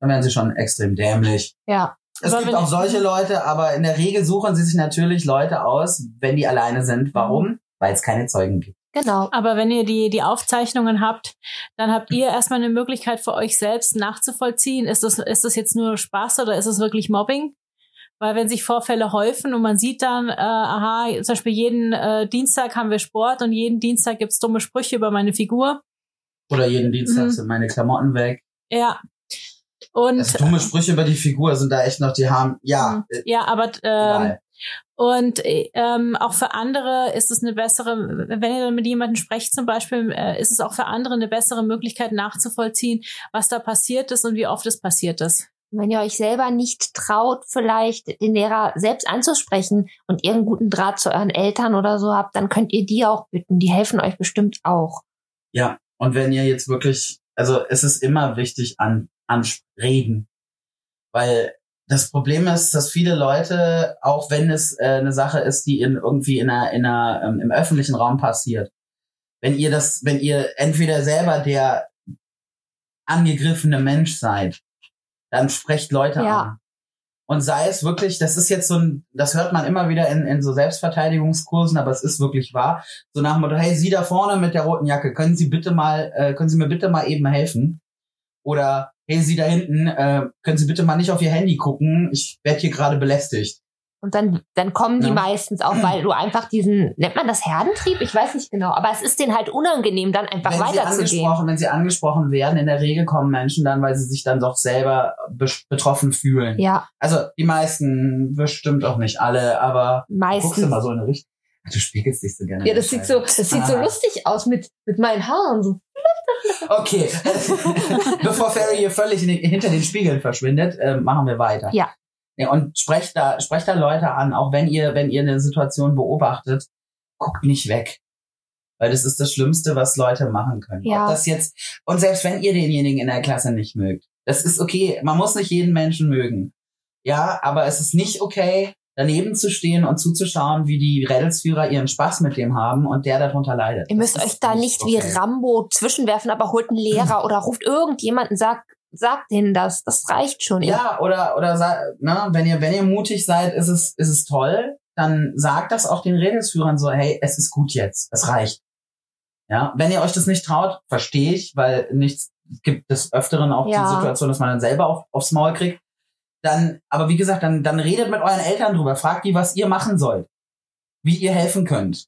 Dann werden sie schon extrem dämlich.
ja.
Es
Aber
gibt
wenn-
auch solche Leute, aber in der Regel suchen sie sich natürlich Leute aus, wenn die alleine
Mhm.
sind. Warum? Weil es keine Zeugen gibt.
Genau.
Aber wenn ihr die, die Aufzeichnungen habt, dann habt ihr erstmal eine Möglichkeit für euch selbst nachzuvollziehen, ist das, ist das jetzt nur Spaß oder ist es wirklich Mobbing? Weil wenn sich Vorfälle häufen und man sieht dann, äh, aha, zum Beispiel jeden äh, Dienstag haben wir Sport und jeden Dienstag gibt's dumme Sprüche über meine Figur.
Oder jeden Dienstag
Mhm.
sind meine Klamotten weg.
Ja. Und
Also dumme Sprüche über die Figur sind da echt noch, die haben, ja, äh,
ja, aber ähm,
egal.
Und äh, ähm, auch für andere ist es eine bessere, wenn ihr dann mit jemandem sprecht zum Beispiel, äh, ist es auch für andere eine bessere Möglichkeit nachzuvollziehen, was da passiert ist und wie oft es passiert ist.
Wenn ihr euch selber nicht traut, vielleicht den Lehrer selbst anzusprechen und irgendeinen guten Draht zu euren Eltern oder so habt, dann könnt ihr die auch bitten. Die helfen euch bestimmt auch.
Ja, und wenn ihr jetzt wirklich, also es ist immer wichtig an, an Reden. Weil das Problem ist, dass viele Leute, auch wenn es äh, eine Sache ist, die in irgendwie in einer, in einer, ähm, im öffentlichen Raum passiert, wenn ihr das, wenn ihr entweder selber der angegriffene Mensch seid, dann sprecht Leute
Ja.
an. Und sei es wirklich, das ist jetzt so ein, das hört man immer wieder in, in so Selbstverteidigungskursen, aber es ist wirklich wahr so nach dem Motto, hey, Sie da vorne mit der roten Jacke, können Sie bitte mal, äh, können Sie mir bitte mal eben helfen? Oder hey, Sie da hinten, äh, können Sie bitte mal nicht auf Ihr Handy gucken? Ich werde hier gerade belästigt.
Und dann, dann kommen die
Ja.
meistens auch, weil du einfach diesen, nennt man das Herdentrieb? Ich weiß nicht genau, aber es ist denen halt unangenehm, dann einfach
wenn sie,
weiterzugehen.
angesprochen, wenn sie angesprochen werden, in der Regel kommen Menschen dann, weil sie sich dann doch selber be betroffen fühlen.
Ja,
Also die meisten, bestimmt auch nicht alle, aber du guckst
meistens.
immer so in eine Richtung. Ach, Du spiegelst dich so gerne.
Ja,
in der
das sieht
Scheibe.
so, das sieht so
Ah.
lustig aus mit, mit meinen Haaren. So.
Okay. Bevor Ferry hier völlig in den, hinter den Spiegeln verschwindet, äh, machen wir weiter.
Ja.
ja und sprecht da, sprecht da Leute an, auch wenn ihr, wenn ihr eine Situation beobachtet, guckt nicht weg. Weil das ist das Schlimmste, was Leute machen können.
Ja.
Ob das jetzt, und selbst wenn ihr denjenigen in der Klasse nicht mögt, das ist okay. Man muss nicht jeden Menschen mögen. Ja, aber es ist nicht okay, daneben zu stehen und zuzuschauen, wie die Rädelsführer ihren Spaß mit dem haben und der darunter leidet. Das
Ihr müsst
ist
euch da nicht wie
okay. Hm.
Rambo zwischenwerfen, aber holt einen Lehrer oder ruft irgendjemanden, sagt, sagt denen das. Das reicht schon. Ihr-
Ja, oder, oder sa- ne, wenn ihr, wenn ihr mutig seid, ist es, ist es toll. Dann sagt das auch den Redelsführern so, hey, es ist gut jetzt, es reicht. Ja, wenn ihr euch das nicht traut, verstehe ich, weil nichts es gibt des Öfteren auch
Ja.
die Situation, dass man dann selber auf, aufs Maul kriegt. Dann, aber wie gesagt, dann, dann redet mit euren Eltern drüber, fragt die, was ihr machen sollt, wie ihr helfen könnt.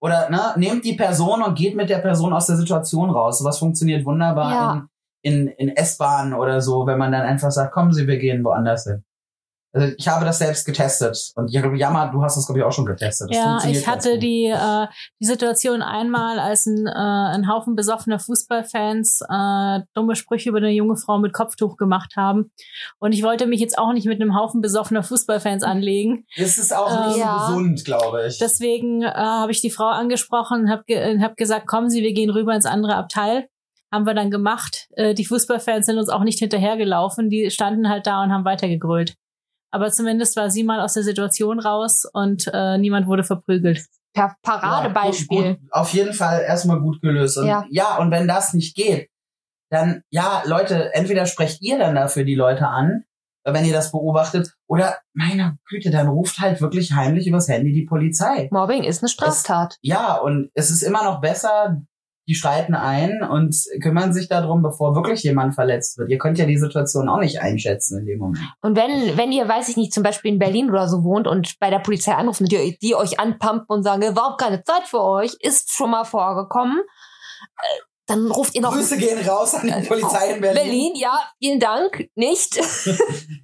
Oder ne, nehmt die Person und geht mit der Person aus der Situation raus. Sowas funktioniert wunderbar
Ja.
in, in, in S-Bahnen oder so, wenn man dann einfach sagt, kommen Sie, wir gehen woanders hin. Also ich habe das selbst getestet. Und Jammer, du hast das, glaube ich, auch schon getestet. Das
Ja,
funktioniert
ich
ganz
hatte
gut.
die, äh, die Situation einmal, als ein, äh, ein Haufen besoffener Fußballfans äh, dumme Sprüche über eine junge Frau mit Kopftuch gemacht haben. Und ich wollte mich jetzt auch nicht mit einem Haufen besoffener Fußballfans anlegen.
Das ist auch
Ähm,
nicht so
ja.
gesund, glaube ich.
Deswegen äh, habe ich die Frau angesprochen, habe ge hab gesagt, kommen Sie, wir gehen rüber ins andere Abteil. Haben wir dann gemacht. Äh, die Fußballfans sind uns auch nicht hinterhergelaufen. Die standen halt da und haben weitergegrölt. Aber zumindest war sie mal aus der Situation raus und äh, niemand wurde verprügelt.
Per
Ja,
Paradebeispiel.
gut, gut, auf jeden Fall erstmal gut gelöst. Und
Ja.
ja. und wenn das nicht geht, dann, ja, Leute, entweder sprecht ihr dann dafür die Leute an, wenn ihr das beobachtet, oder, meine Güte, dann ruft halt wirklich heimlich übers Handy die Polizei.
Mobbing ist eine Straftat.
Ja, und es ist immer noch besser, die schreiten ein und kümmern sich darum, bevor wirklich jemand verletzt wird. Ihr könnt ja die Situation auch nicht einschätzen in dem Moment.
Und wenn, wenn ihr, weiß ich nicht, zum Beispiel in Berlin oder so wohnt und bei der Polizei anruft und die, die euch anpumpen und sagen, wir haben keine Zeit für euch, ist schon mal vorgekommen, äh, dann ruft ihr noch Äh,
Grüße gehen raus an die Polizei in Berlin.
Berlin, ja, vielen Dank, nicht.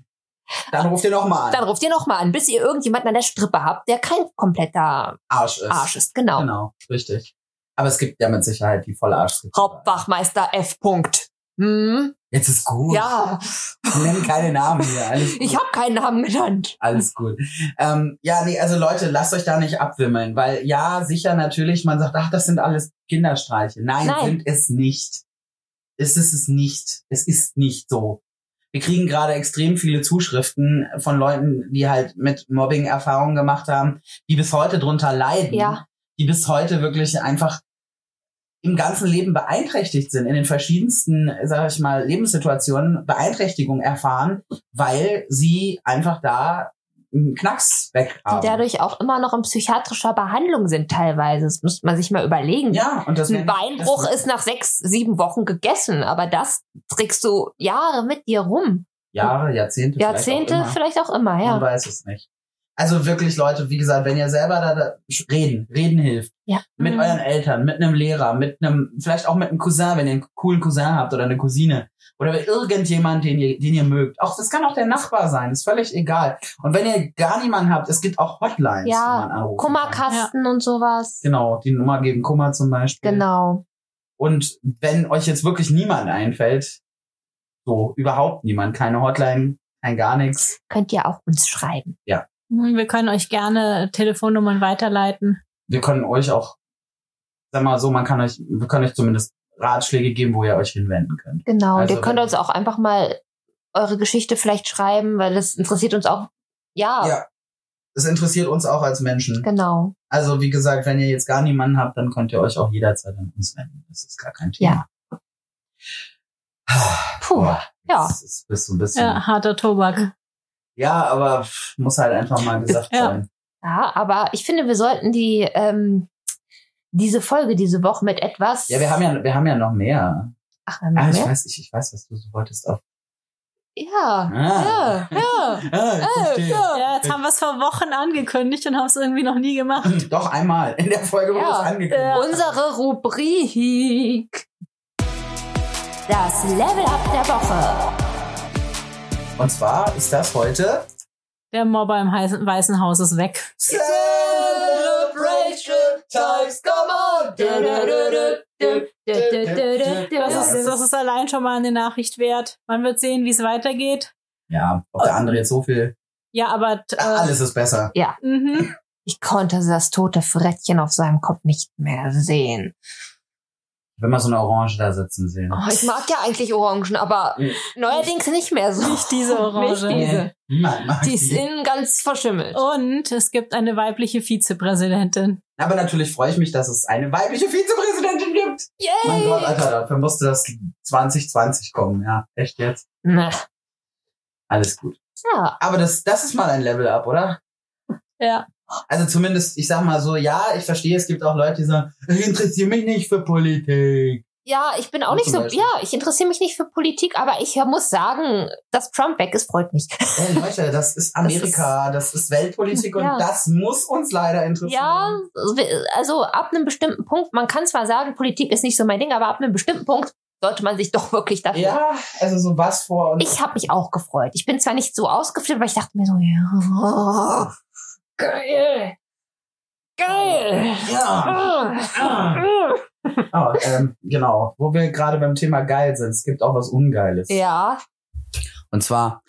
Dann ruft ihr nochmal an.
Dann ruft ihr nochmal an, bis ihr irgendjemanden an der Strippe habt, der kein kompletter
Arsch ist.
Arsch ist. Genau.
Genau, richtig. Aber es gibt ja mit Sicherheit die volle Arsch.
Hauptwachmeister F. Punkt. Hm?
Jetzt ist gut.
Ja,
Nenn keine Namen hier. Alles gut.
ich habe keinen Namen genannt.
alles gut. Ähm, ja, nee, also Leute, lasst euch da nicht abwimmeln, weil ja, sicher natürlich, man sagt, ach, das sind alles Kinderstreiche. Nein,
Nein.
sind es nicht. Es ist es nicht. Es ist nicht so. Wir kriegen gerade extrem viele Zuschriften von Leuten, die halt mit Mobbing Erfahrungen gemacht haben, die bis heute drunter leiden,
Ja.
die bis heute wirklich einfach im ganzen Leben beeinträchtigt sind, in den verschiedensten, sage ich mal, Lebenssituationen Beeinträchtigung erfahren, weil sie einfach da einen Knacks weg haben.
Die dadurch auch immer noch in psychiatrischer Behandlung sind teilweise. Das muss man sich mal überlegen.
ja, und das werden-
Ein Beinbruch
das,
ist nach sechs, sieben Wochen gegessen, aber das trägst du Jahre mit dir rum.
Jahre, Jahrzehnte, vielleicht auch
Jahrzehnte
immer.
vielleicht auch immer,
Man
ja.
weiß es nicht. Also wirklich, Leute, wie gesagt, wenn ihr selber da, da reden, reden hilft.
Ja.
Mit
Mhm.
euren Eltern, mit einem Lehrer, mit einem, vielleicht auch mit einem Cousin, wenn ihr einen coolen Cousin habt oder eine Cousine. Oder mit irgendjemand, den ihr, den ihr mögt. Auch, das kann auch der Nachbar sein, ist völlig egal. Und wenn ihr gar niemanden habt, es gibt auch Hotlines,
Ja,
die man anrufen kann.
Kummerkasten und sowas.
Genau, die Nummer gegen Kummer zum Beispiel.
Genau.
Und wenn euch jetzt wirklich niemand einfällt, so überhaupt niemand, keine Hotline, kein gar nichts.
Könnt ihr auch uns schreiben.
Hm, Wir können euch gerne Telefonnummern weiterleiten.
Wir können euch auch, sag mal so, man kann euch, wir können euch zumindest Ratschläge geben, wo ihr euch hinwenden könnt.
Genau. und
Also
ihr könnt
wenn-
uns auch einfach mal eure Geschichte vielleicht schreiben, weil das interessiert uns auch. Ja,
Ja. Das interessiert uns auch als Menschen.
genau.
Also wie gesagt, wenn ihr jetzt gar niemanden habt, dann könnt ihr euch auch jederzeit an uns wenden. Das ist gar kein Thema. Ja.
Puh, ja.
Das ist, bist du ein bisschen.
Ja,
Ja.
harter Tobak.
aber pff, muss halt einfach mal gesagt
Ja.
sein.
Ja, aber ich finde, wir sollten die ähm, diese Folge diese Woche mit etwas.
Ja, wir haben ja, wir haben ja noch mehr.
Ach, wir haben
Ah,
noch
ich
mehr?
weiß, ich, ich weiß, was du so wolltest. Auf
Ja,
Ah.
ja, ja.
Ah, ich
Äh,
verstehe.
ja.
Ja, jetzt haben wir es vor Wochen angekündigt und haben es irgendwie noch nie gemacht.
Doch einmal. In der Folge wurde
Ja.
es angekündigt.
Unsere Rubrik. Das Level Up der Woche.
Und zwar ist das heute
Der Mobber im heißen, Weißen Haus ist weg.
Celebration Times. Come
Das ist, das ist allein schon mal eine Nachricht wert. Man wird sehen, wie es weitergeht.
Ja, ob der andere jetzt so viel.
Ja, aber
Ach,
äh,
alles ist besser.
mhm.
Ich konnte das tote Frettchen auf seinem Kopf nicht mehr sehen.
Wenn man so eine Orange da sitzen sehen.
Oh, ich mag ja eigentlich Orangen, aber
Mhm.
neuerdings nicht mehr so.
nicht diese Orange.
Nicht diese.
Niemand mag
Die ist innen ganz verschimmelt.
Und es gibt eine weibliche Vizepräsidentin.
Aber natürlich freue ich mich, dass es eine weibliche Vizepräsidentin gibt. Mein Gott, also
Yay!
Alter, dafür musste das 2020 kommen. Ja, echt jetzt.
Na,
Alles gut.
ja.
Aber das, das ist mal ein Level-Up, oder?
Ja.
Also zumindest, ich sag mal so, ja, ich verstehe, es gibt auch Leute, die sagen, ich interessiere mich nicht für Politik.
ja, ich bin auch
Du
nicht
zum
so.
Beispiel.
Ja, ich interessiere mich nicht für Politik, aber ich muss sagen, dass Trump weg ist, freut mich.
Ey, Leute, das ist Amerika, das ist, Weltpolitik
Ja.
und das muss uns leider interessieren.
Ja, also ab einem bestimmten Punkt, man kann zwar sagen, Politik ist nicht so mein Ding, aber ab einem bestimmten Punkt sollte man sich doch wirklich dafür.
Ja, also so was vor und
Ich habe mich auch gefreut. Ich bin zwar nicht so ausgeflippt, aber ich dachte mir so, ja, geil, geil.
ja. Ah. Ah, ähm, genau, wo wir gerade beim Thema geil sind, es gibt auch was Ungeiles.
Ja,
Und zwar,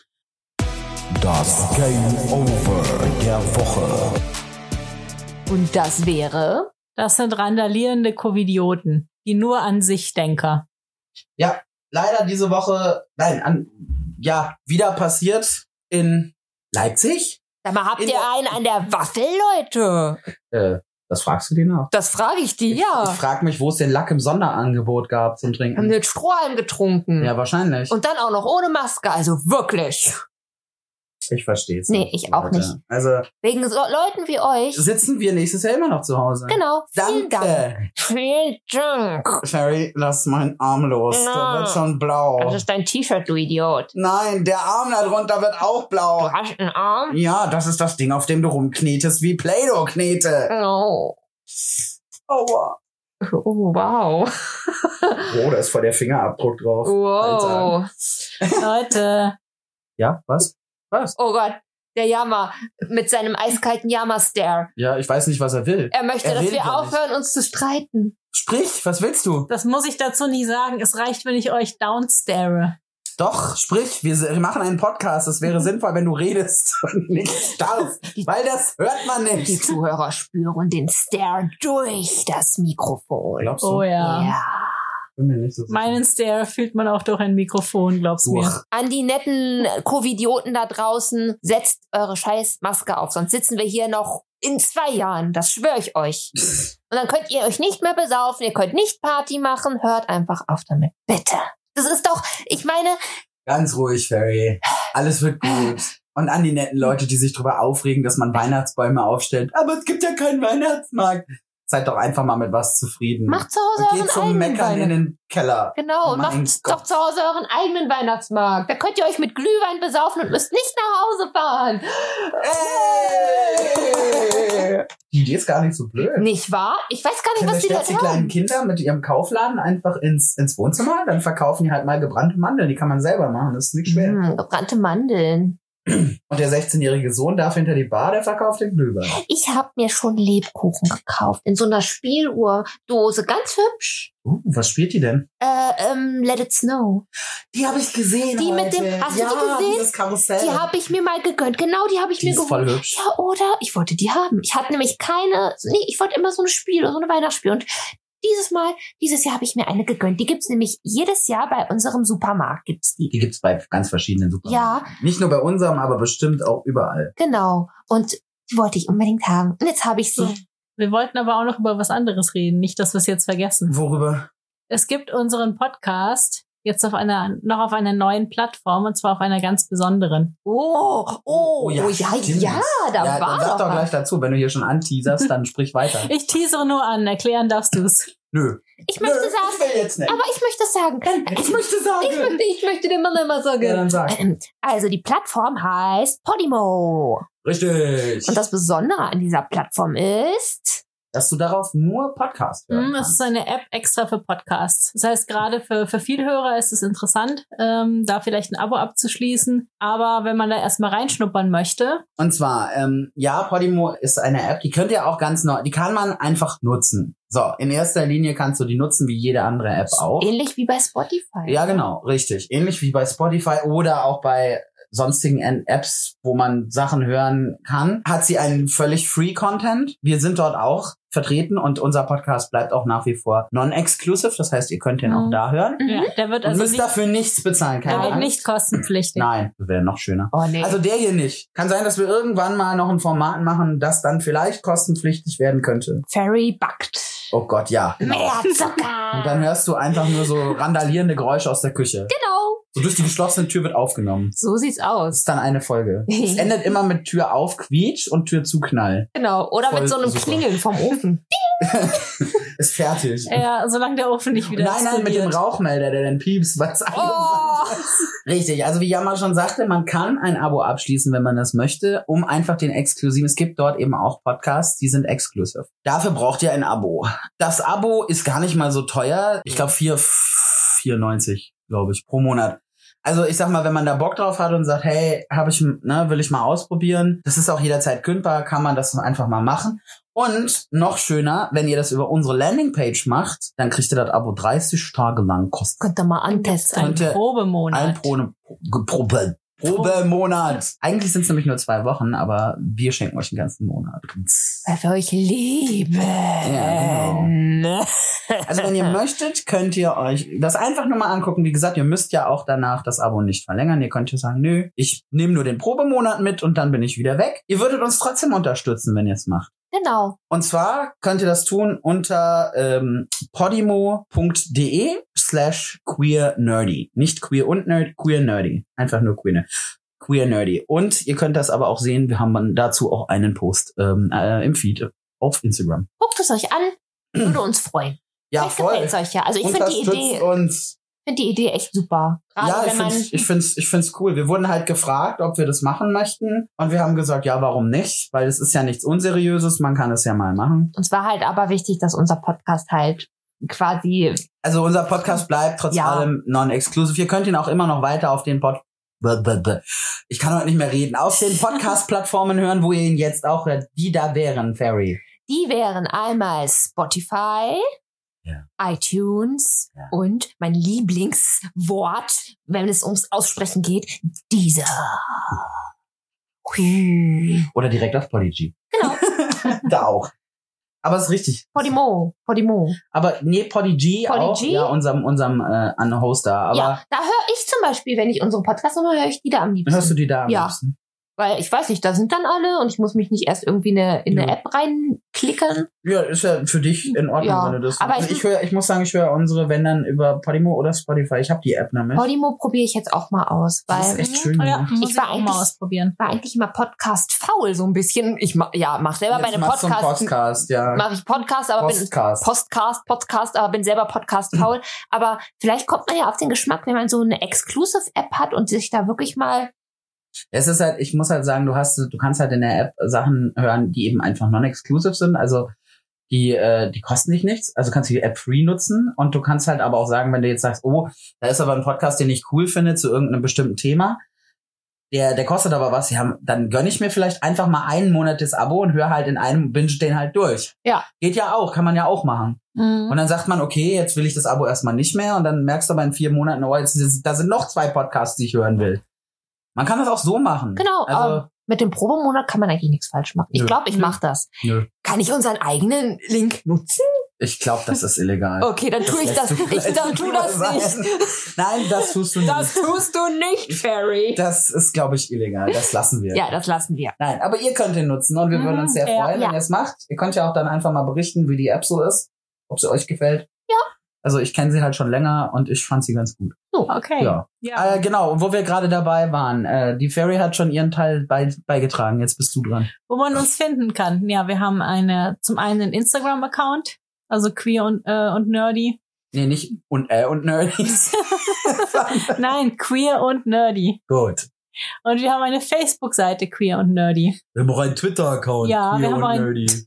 Das Game Over der Woche.
und das wäre,
Das sind randalierende Covidioten, die nur an sich denker.
leider diese Woche, nein, an, ja, wieder passiert in Leipzig.
sag mal, habt
In
ihr
der-
einen an der Waffel, Leute?
Äh, das fragst du dir nach.
Das frage ich die,
Ich
ja.
frag mich, wo es den Lack im Sonderangebot gab zum
Haben
Trinken.
den Strohhalm getrunken.
Ja, wahrscheinlich.
und dann auch noch ohne Maske, also wirklich.
ich verstehe es.
Nee, ich auch nicht.
Also
Wegen so Leuten wie euch.
sitzen wir nächstes Jahr immer noch zu Hause.
Genau. Vielen Dank.
Danke.
Vielen Dank.
Sherry, lass meinen Arm los.
Na.
Der wird schon blau.
Das ist dein T-Shirt, du Idiot.
Nein, der Arm darunter wird auch
Du
blau.
hast einen Arm?
Ja, das ist das Ding, auf dem du rumknetest, wie Play-Doh knete.
Oh.
Aua.
oh wow.
Oh, da ist voll der Fingerabdruck drauf.
Oh. Wow.
Leute,
Ja, was? Was?
Oh Gott. Der Yama mit seinem eiskalten Yama-Stare.
Ja, ich weiß nicht, was er will.
Er möchte,
Er
dass
will
wir
ja
aufhören, uns zu streiten.
Sprich, was willst du?
das muss ich dazu nie sagen. Es reicht, wenn ich euch downstare.
Doch, sprich, wir se- machen einen Podcast. Es
Mhm.
wäre sinnvoll, wenn du redest und nicht starrst, weil das hört man
Die
nicht.
Zuhörer spüren den Stare durch das Mikrofon.
Glaubst
Oh ja.
Ja.
Bin mir nicht so
Meinen Stare fühlt man auch durch ein Mikrofon, glaub's mir.
An die netten Covidioten da draußen, setzt eure scheiß Maske auf, sonst sitzen wir hier noch in zwei Jahren, das schwöre ich euch. Und dann könnt ihr euch nicht mehr besaufen, ihr könnt nicht Party machen, hört einfach auf damit, bitte. Das ist doch, ich meine,
Ganz ruhig, Ferry. Alles wird gut. Und an die netten Leute, die sich darüber aufregen, dass man Weihnachtsbäume aufstellt. Aber es gibt ja keinen Weihnachtsmarkt. Seid doch einfach mal mit was zufrieden.
macht zu Hause
und geht zum
euren eigenen
Meckern in
Weihnachtsmarkt.
den Keller.
Genau, und
Mein
macht
Gott.
doch zu Hause euren eigenen Weihnachtsmarkt. Da könnt ihr euch mit Glühwein besaufen und müsst nicht nach Hause fahren.
Ey! Die Idee ist gar nicht so blöd.
Nicht wahr? Ich weiß gar nicht,
Dann
was die
stellt die
Leute
kleinen
haben.
Kinder mit ihrem Kaufladen einfach ins, ins Wohnzimmer, dann verkaufen die halt mal gebrannte Mandeln. Die kann man selber machen, das ist nicht schwer.
Hm, gebrannte Mandeln.
Und der 16-jährige Sohn darf hinter die Bar, der verkauft den Glühwein.
Ich habe mir schon Lebkuchen gekauft. In so einer Spieluhrdose. Ganz hübsch.
Uh, was spielt die denn?
Äh, ähm, Let It Snow.
Die habe ich gesehen.
Die mit
heute.
dem- hast du
ja,
die gesehen?
Dieses Karussell.
Die habe ich mir mal gegönnt. Genau, die habe ich
Äh. Die
mir
ist
geholt.
voll hübsch.
Ja, oder? Ich wollte die haben. Ich hatte nämlich keine. Nee, ich wollte immer so ein Spiel, so ein Weihnachtsspiel. Und dieses Mal, dieses Jahr habe ich mir eine gegönnt. Die gibt's nämlich jedes Jahr bei unserem Supermarkt. Gibt's die.
Die gibt's bei ganz verschiedenen
Ja,
Supermärkten. Nicht nur bei unserem, aber bestimmt auch überall.
genau. Und die wollte ich unbedingt haben. Und jetzt habe ich sie.
So. Wir wollten aber auch noch über was anderes reden, nicht, dass wir es jetzt vergessen.
Worüber?
Es gibt unseren Podcast jetzt auf einer, noch auf einer neuen Plattform und zwar auf einer ganz besonderen.
Oh, oh, oh, ja, ja,
stimmt.
da
ja,
war
dann sag
doch
doch
was.
gleich dazu. Wenn du hier schon anteaserst, dann sprich weiter.
Ich teasere nur an, erklären darfst du's.
Nö.
Ich möchte
Nö,
sagen,
Ich will jetzt nicht.
aber ich möchte es sagen.
ich Äh, möchte sagen.
Ich möchte, ich möchte den Mann immer sagen.
Ja, dann sag.
Ähm, Also die Plattform heißt Podimo.
Richtig.
Und das Besondere an dieser Plattform ist,
dass du darauf nur Podcast hören
Hm, Es
kannst.
ist eine App extra für Podcasts. Das heißt, gerade für, für Vielhörer ist es interessant, ähm, da vielleicht ein Abo abzuschließen. Aber wenn man da erstmal reinschnuppern möchte,
Und zwar, ähm, ja, Podimo ist eine App, die könnt ihr auch ganz neu, die kann man einfach nutzen. So, in erster Linie kannst du die nutzen wie jede andere App auch.
ähnlich wie bei Spotify.
Ja, genau, richtig. Ähnlich wie bei Spotify oder auch bei sonstigen An- Apps, wo man Sachen hören kann, hat sie einen völlig free Content. Wir sind dort auch vertreten und unser Podcast bleibt auch nach wie vor non-exclusive. Das heißt, ihr könnt ihn auch
Mhm.
da hören.
Mhm.
ja, der wird
Und
also
müsst
nicht,
dafür nichts bezahlen, keine
der wird
Angst.
nicht kostenpflichtig.
Nein, wäre noch schöner.
Oh nee.
Also der hier nicht. Kann sein, dass wir irgendwann mal noch ein Format machen, das dann vielleicht kostenpflichtig werden könnte.
Fairy backt.
Oh Gott, ja. Genau.
Mehr Zucker.
Und dann hörst du einfach nur so randalierende Geräusche aus der Küche.
genau.
So durch die geschlossene Tür wird aufgenommen.
So sieht's
Das
aus.
ist dann eine Folge. Es endet immer mit Tür auf, quietsch und Tür zu knall.
Genau. Oder
Voll
mit so einem
super.
Klingeln vom Ofen.
Ist fertig.
Ja, solange der Ofen nicht wieder
Nein, nein, mit dem
explodiert.
Rauchmelder, der dann piepst, was
Oh.
Richtig, also wie Jammer schon sagte, man kann ein Abo abschließen, wenn man das möchte, um einfach den exklusiven. Es gibt dort eben auch Podcasts, die sind exklusiv. Dafür braucht ihr ein Abo. Das Abo ist gar nicht mal so teuer. Ich glaube 4,94, glaube ich, pro Monat. Also ich sag mal, wenn man da Bock drauf hat und sagt, hey, habe ich, ne, will ich mal ausprobieren, das ist auch jederzeit kündbar, kann man das einfach mal machen. Und noch schöner, wenn ihr das über unsere Landingpage macht, dann kriegt ihr das Abo 30 Tage lang kostenlos.
Könnt ihr mal
Das ist
antesten.
ein
Könnte- Ein
Probemonat.
Probe, Probe, Probemonat. Eigentlich sind es nämlich nur zwei Wochen, aber wir schenken euch den ganzen Monat.
Weil wir euch lieben.
genau. Also wenn ihr möchtet, könnt ihr euch das einfach nur mal angucken. Wie gesagt, ihr müsst ja auch danach das Abo nicht verlängern. Ihr könnt ja sagen, nö, ich nehme nur den Probemonat mit und dann bin ich wieder weg. Ihr würdet uns trotzdem unterstützen, wenn ihr es macht.
Genau.
Und zwar könnt ihr das tun unter ähm, podimo.de slash queernerdy. Nicht queer und nerd, queernerdy. Einfach nur queer, queernerdy. Und ihr könnt das aber auch sehen, wir haben dann dazu auch einen Post ähm, äh, im Feed auf Instagram.
Guckt es euch an. Würde uns freuen.
Ja,
Vielleicht gefällt es euch ja. Also ich finde die Idee,
uns.
finde die Idee echt super. Gerade
ja, ich
wenn man
find's, ich, find's, ich find's cool. Wir wurden halt gefragt, ob wir das machen möchten. Und wir haben gesagt, ja, warum nicht? Weil es ist ja nichts Unseriöses, man kann es ja mal machen.
Uns war halt aber wichtig, dass unser Podcast halt quasi
Also unser Podcast bleibt trotz
Ja.
allem non-exclusive. Ihr könnt ihn auch immer noch weiter auf den Pod Bäh, bäh, bäh. ich kann heute nicht mehr reden. Auf den Podcast-Plattformen hören, wo ihr ihn jetzt auch hört, die da wären, Ferry.
die wären einmal Spotify,
Ja.
iTunes
Ja.
und mein Lieblingswort, wenn es ums Aussprechen geht, dieser. Hui.
Oder direkt auf Podigy. Genau. da auch. Aber es ist richtig.
Podimo, Podimo.
Aber nee, Podigy, auch.
Podigy?
Ja, unserem, unserem äh, an Hoster. Aber
ja, da höre ich zum Beispiel, wenn ich unsere Podcasts höre, höre ich die da am liebsten.
hörst du die da am
Ja.
liebsten?
Weil ich weiß nicht, da sind dann alle und ich muss mich nicht erst irgendwie eine, in eine
Ja.
App reinklicken.
Ja, ist ja für dich in Ordnung,
Ja,
wenn du das
aber
also
ich-
ich, höre, ich muss sagen, ich höre unsere, wenn dann über Podimo oder Spotify. Ich habe die App nämlich.
Podimo probiere ich jetzt auch mal aus, weil
Das ist echt schön.
Ja,
gemacht.
muss
Mhm. Ich
ich
war
auch
eigentlich-
mal ausprobieren.
war eigentlich immer Podcast faul so ein bisschen. Ich ma ja, mach selber
Jetzt
meine
machst du einen
Podcasts.
Podcast, ja.
Mache ich Podcast, aber bin
Podcast.
Postcast, Podcast, aber bin selber
Mhm.
Podcast faul. aber vielleicht kommt man ja auf den Geschmack, wenn man so eine Exclusive App hat und sich da wirklich mal
Es ist halt, ich muss halt sagen, du hast, du kannst halt in der App Sachen hören, die eben einfach non-exclusive sind. Also die, äh, die kosten dich nichts. Also kannst du die App free nutzen und du kannst halt aber auch sagen, wenn du jetzt sagst, oh, da ist aber ein Podcast, den ich cool finde zu irgendeinem bestimmten Thema. Der, der kostet aber was, ja, dann gönne ich mir vielleicht einfach mal einen Monat das Abo und höre halt in einem Binge den halt durch.
Ja.
Geht ja auch, kann man ja auch machen.
Mhm.
Und dann sagt man, okay, jetzt will ich das Abo erstmal nicht mehr. Und dann merkst du aber in vier Monaten, oh, jetzt ist, da sind noch zwei Podcasts, die ich hören will. Man kann das auch so machen.
Genau,
Also,
aber mit dem Probemonat kann man eigentlich nichts falsch machen. Ich
Nö.
glaube, ich mache das.
Nö.
Kann ich unseren eigenen Link nutzen?
ich glaube, das ist illegal.
Okay, dann tue ich
lässt
das.
du
Ich
gleich
dann tu das
sein.
nicht.
Nein, das tust du nicht.
Das
Das,
tust du nicht, Fairy.
ist, glaube ich, illegal. Das lassen wir.
Ja, das lassen wir.
Nein, aber ihr könnt den nutzen und wir würden uns sehr
Mhm, ja,
freuen,
ja.
wenn ihr es macht. Ihr könnt ja auch dann einfach mal berichten, wie die App so ist, ob sie euch gefällt.
Ja.
Also ich kenne sie halt schon länger und ich fand sie ganz gut.
Okay.
Ja.
Ja.
Äh, genau, und wo wir gerade dabei waren. Äh, die Fairy hat schon ihren Teil bei, beigetragen. Jetzt bist du dran.
Wo man uns finden kann. Ja, wir haben eine, zum einen einen Instagram-Account. Also queer und, äh, und nerdy.
Nee, nicht und äh und Nerdies.
Nein, queer und nerdy.
Gut.
Und wir haben eine Facebook-Seite queer und nerdy.
Wir haben auch einen Twitter-Account.
Ja, wir
Queer
haben
und
einen-
Nerdy.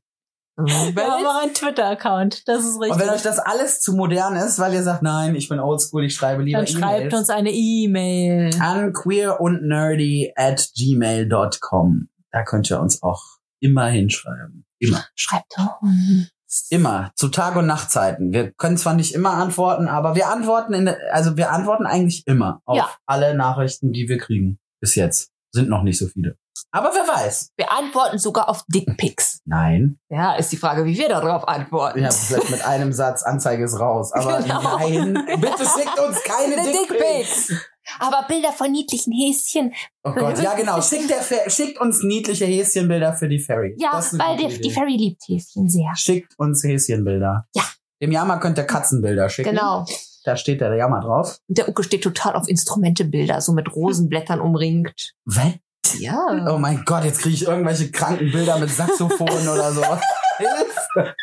Wir haben auch einen Twitter-Account. Das ist
Und wenn euch
richtig.
das alles zu modern ist, weil ihr sagt, nein, ich bin oldschool, ich schreibe lieber
Dann schreibt
E-Mails,
uns eine E-Mail.
an queer und nerdy at gmail.com. Da könnt ihr uns auch immer hinschreiben. Immer.
Schreibt uns.
Immer. Zu Tag- und Nachtzeiten. Wir können zwar nicht immer antworten, aber wir antworten in, der- also wir antworten eigentlich immer auf
Ja.
alle Nachrichten, die wir kriegen. Bis jetzt. Sind noch nicht so viele. Aber wer weiß.
Wir antworten sogar auf Dickpics.
Nein.
Ja, ist die Frage, wie wir darauf antworten.
Ja, vielleicht mit einem Satz, Anzeige ist raus. Aber
Genau.
nein. Bitte schickt uns keine
Eine
Dickpics.
Aber Bilder von niedlichen Häschen.
Oh Gott, ja genau. Schickt, der Fer- schickt uns niedliche Häschenbilder für die Ferry.
Ja,
Das ist eine
weil
gute
die, die
Idee.
Fairy liebt Häschen sehr.
Schickt uns Häschenbilder.
Ja.
Dem Jammer könnt ihr Katzenbilder schicken.
Genau.
Da steht der Jammer drauf.
Und der Uke steht total auf Instrumentebilder, so mit Rosenblättern umringt.
Was?
Ja.
Oh mein Gott, jetzt kriege ich irgendwelche kranken Bilder mit Saxophonen oder so. Hilfe!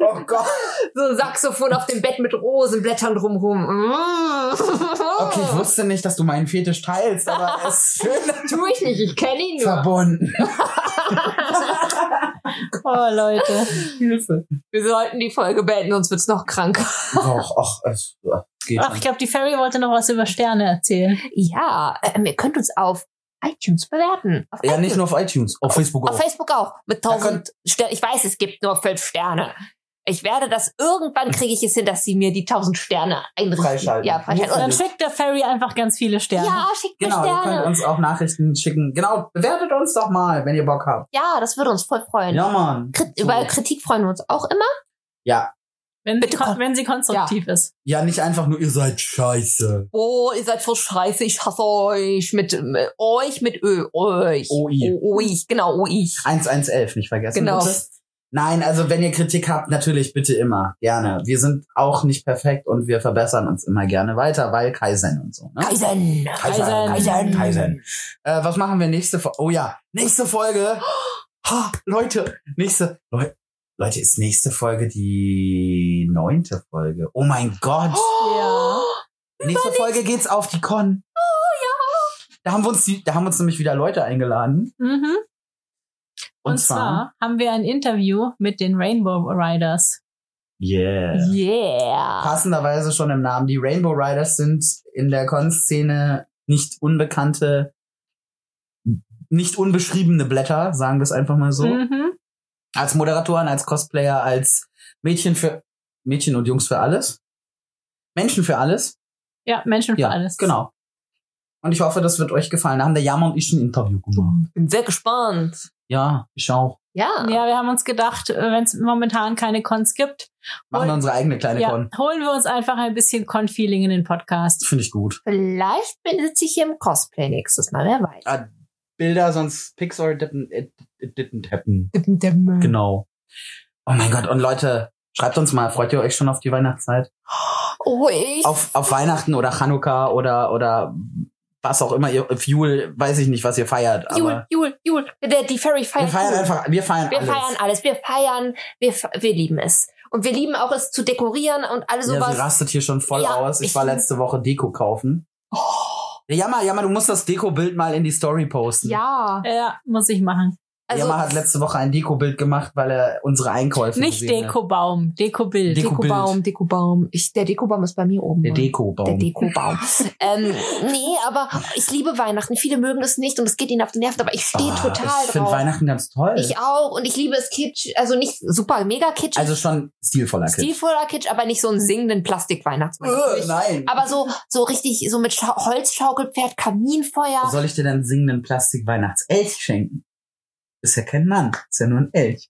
Oh Gott.
So ein Saxophon auf dem Bett mit Rosenblättern drumrum. Mm.
Okay, ich wusste nicht, dass du meinen Fetisch teilst, aber es ist schön
Tu Mm. ich nicht, ich kenne ihn nur.
verbunden.
Oh, Leute.
Hilfe.
Wir sollten die Folge beenden, sonst wird's noch kranker.
Doch, ach, es äh, geht
Ach, ich glaube, die Fairy wollte noch was über Sterne erzählen.
Ja, ähm, ihr könnt uns auf iTunes bewerten. Auf
Ja,
iTunes.
nicht nur auf iTunes, auf Facebook
Auf
auch.
Facebook auch. Mit
Da
1000 Sternen. Ich weiß, es gibt nur fünf Sterne. Ich werde das, irgendwann kriege ich es hin, dass sie mir die 1000 Sterne einrichten.
Freischalten.
Ja, freischalten.
Dann
Und,
schickt der Fairy einfach ganz viele Sterne.
ja, schickt mir
Genau, ihr könnt
Sterne.
uns auch Nachrichten schicken. Genau, bewertet uns doch mal, wenn ihr Bock habt.
Ja, das würde uns voll freuen.
Ja, Mann.
Krit Über Kritik freuen wir uns auch immer.
Ja.
Wenn,
Bitte
Bitte,
kon-
wenn sie konstruktiv ist.
Ja, nicht einfach nur, ihr seid scheiße.
Oh, ihr seid so scheiße, ich hasse euch. Mit ähm, euch, mit Ö, euch.
OI.
Oh, ich, genau, ich.
1111, nicht vergessen.
Genau.
Bitte. Nein, also wenn ihr Kritik habt, natürlich bitte immer. Gerne. Wir sind auch nicht perfekt und wir verbessern uns immer gerne weiter, weil Kaizen und so. Ne?
Kaisen.
Kaizen.
Kaizen.
Kaizen. Äh, was machen wir nächste Folge? Oh ja, nächste Folge. Ha, Leute, nächste. Leu Leute, ist nächste Folge die neunte Folge. Oh mein Gott.
Ja.
Nächste Folge geht's auf die Con. Oh ja. Da haben wir uns, die, da haben uns nämlich wieder Leute eingeladen.
Mhm. Und, zwar haben wir ein Interview mit den Rainbow Riders.
yeah.
Yeah.
Passenderweise schon im Namen. Die Rainbow Riders sind in der Con-Szene nicht unbekannte, nicht unbeschriebene Blätter, sagen wir es einfach mal so.
Mhm.
Als Moderatoren, als Cosplayer, als Mädchen für Mädchen und Jungs für alles. Menschen für alles.
Ja, Menschen
Ja,
für alles.
genau. Und ich hoffe, das wird euch gefallen. Da haben der Jammer und ich ein Interview gemacht.
Bin sehr gespannt.
Ja, ich auch.
Ja.
Ja, wir haben uns gedacht, wenn es momentan keine Cons gibt,
Machen wir
Hol-
unsere eigene kleine
ja,
Con.
holen wir uns einfach ein bisschen Con-Feeling in den Podcast.
Finde ich gut.
Vielleicht sitze ich hier im Cosplay nächstes Mal, wer weiß.
Ah, Bilder, sonst Pixar äh, didn't, it, it didn't happen.
Genau.
Genau. Oh mein Gott, und Leute, schreibt uns mal, freut ihr euch schon auf die Weihnachtszeit?
Oh, ich.
Auf, auf Weihnachten oder Chanukka oder, oder was auch immer, ihr Fuel, weiß ich nicht, was ihr feiert,
Jul,
aber
Jul, Jul. Der, die Fairy
wir
feiert.
feiern
Jul.
einfach, wir feiern
wir
alles.
feiern alles. Wir feiern, wir, fe- wir lieben es. Und wir lieben auch es zu dekorieren und alles
ja, sie
sowas.
rastet hier schon voll
Also Ja,
aus. Ich
ich- Oh.
war letzte Woche Deko kaufen. Ja, Jammer, Jammer, du musst das Deko-Bild mal in die Story posten.
Ja.
Ja, muss ich machen.
Also,
Jammer hat letzte Woche ein Deko-Bild gemacht, weil er unsere Einkäufe
Nicht
gesehen hat.
Dekobaum, Dekobild.
Deko-
Dekobaum, Dekobaum. Ich, der Dekobaum ist bei mir oben.
Der Dekobaum.
Der Dekobaum. ähm, nee, aber ich liebe Weihnachten. Viele mögen es nicht und es geht ihnen auf den Nerven, aber ich stehe
Ah,
total
Ich finde
drauf.
Weihnachten ganz toll.
Ich auch und ich liebe es kitsch, also nicht super mega kitsch,
also schon stilvoller Kitsch.
stilvoller kitsch, aber nicht so einen singenden Plastikweihnachtsmann.
Äh, nein.
Aber so so richtig so mit Schau Holzschaukelpferd, Kaminfeuer.
Soll ich dir dann singenden Plastik-Weihnachtselch schenken? Ist ja kein Mann, ist ja nur ein Elch.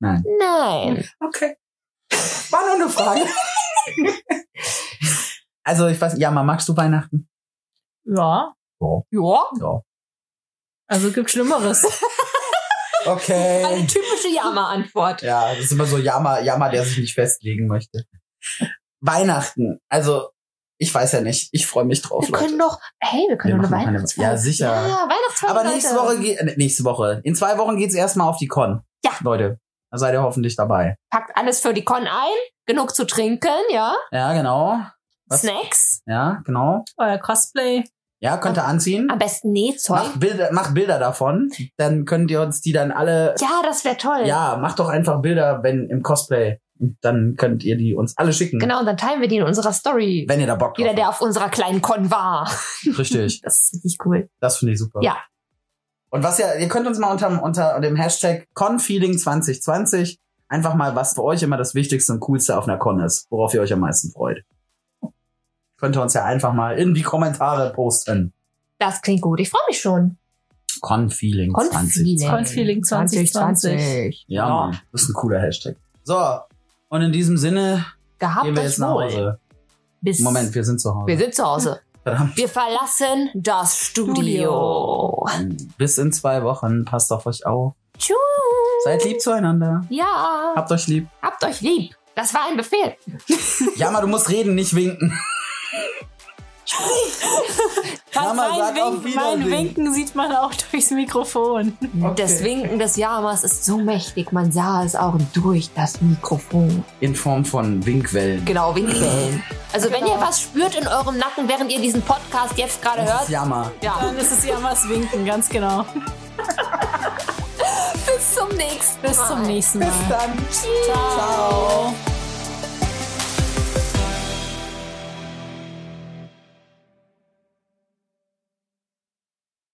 Nein.
Nein.
Okay. War nur eine Frage. also ich weiß, Jammer, magst du Weihnachten?
Ja,
Ja,
also gibt Schlimmeres.
eine
Okay.
typische Jammer-Antwort.
Ja, das ist immer so Jammer, Jammer, der sich nicht festlegen möchte. Weihnachten, also ich weiß ja nicht, ich freue mich drauf.
Wir können doch, hey, wir können
Wir
doch eine
machen eine-
Weihnachtsfeier.
Ja, sicher.
Ja, Weihnachtsfeier.
Aber nächste Woche, geht, äh, nächste Woche, in zwei Wochen geht's erstmal auf die Con.
Ja.
Leute, Da seid ihr hoffentlich dabei.
Packt alles für die Con ein, genug zu trinken, ja?
Ja, genau. Was?
Snacks.
Ja, genau.
Euer Cosplay.
Ja, könnt ihr anziehen.
Am besten Nähzeug.
Macht Bilder, macht Bilder davon. Dann könnt ihr uns die dann alle.
Ja, das wäre toll.
Ja, macht doch einfach Bilder, wenn im Cosplay. Und dann könnt ihr die uns alle schicken.
Genau, und dann teilen wir die in unserer Story.
Wenn ihr da Bock drauf
Jeder, der auf unserer kleinen Con war.
habt. Richtig.
Das ist richtig cool.
Das finde ich super.
Ja.
Und was ja, ihr könnt uns mal unter, unter dem Hashtag ConFeeling2020 einfach mal, was für euch immer das Wichtigste und Coolste auf einer Con ist, worauf ihr euch am meisten freut. Könnt ihr uns ja einfach mal in die Kommentare posten.
Das klingt gut. Ich freue mich schon.
ConFeeling2020.
Confeeling.
Confeeling 2020.
Ja, Mann. Das ist ein cooler Hashtag. So. Und in diesem Sinne
Gehabt
gehen wir
euch
jetzt nach
wohl.
Hause.
Bis
Moment, wir sind zu
Wir
Hause.
sind zu Hause.
Verdammt.
Wir verlassen das Studio.
Studio.
Bis in zwei Wochen. Passt auf euch auf.
Tschüss.
Seid lieb zueinander.
Ja.
Habt euch lieb.
Habt euch lieb. Das war ein Befehl.
Jammer, du musst reden, nicht winken.
Mein,
Mama, sag auf
Wink, mein
Wiedersehen.
Winken sieht man auch durchs Mikrofon.
Das Winken des Yamas ist so mächtig, man sah es auch durch das Mikrofon.
In Form von Winkwellen.
Genau, Winkwellen. Also wenn ihr was spürt in eurem Nacken, während ihr diesen Podcast jetzt gerade
Das
hört,
ist Jammer.
ja,
Dann ist es ja mal das Winken, ganz genau.
bis zum nächsten Mal.
Bis zum nächsten Mal.
Bis dann. Ciao.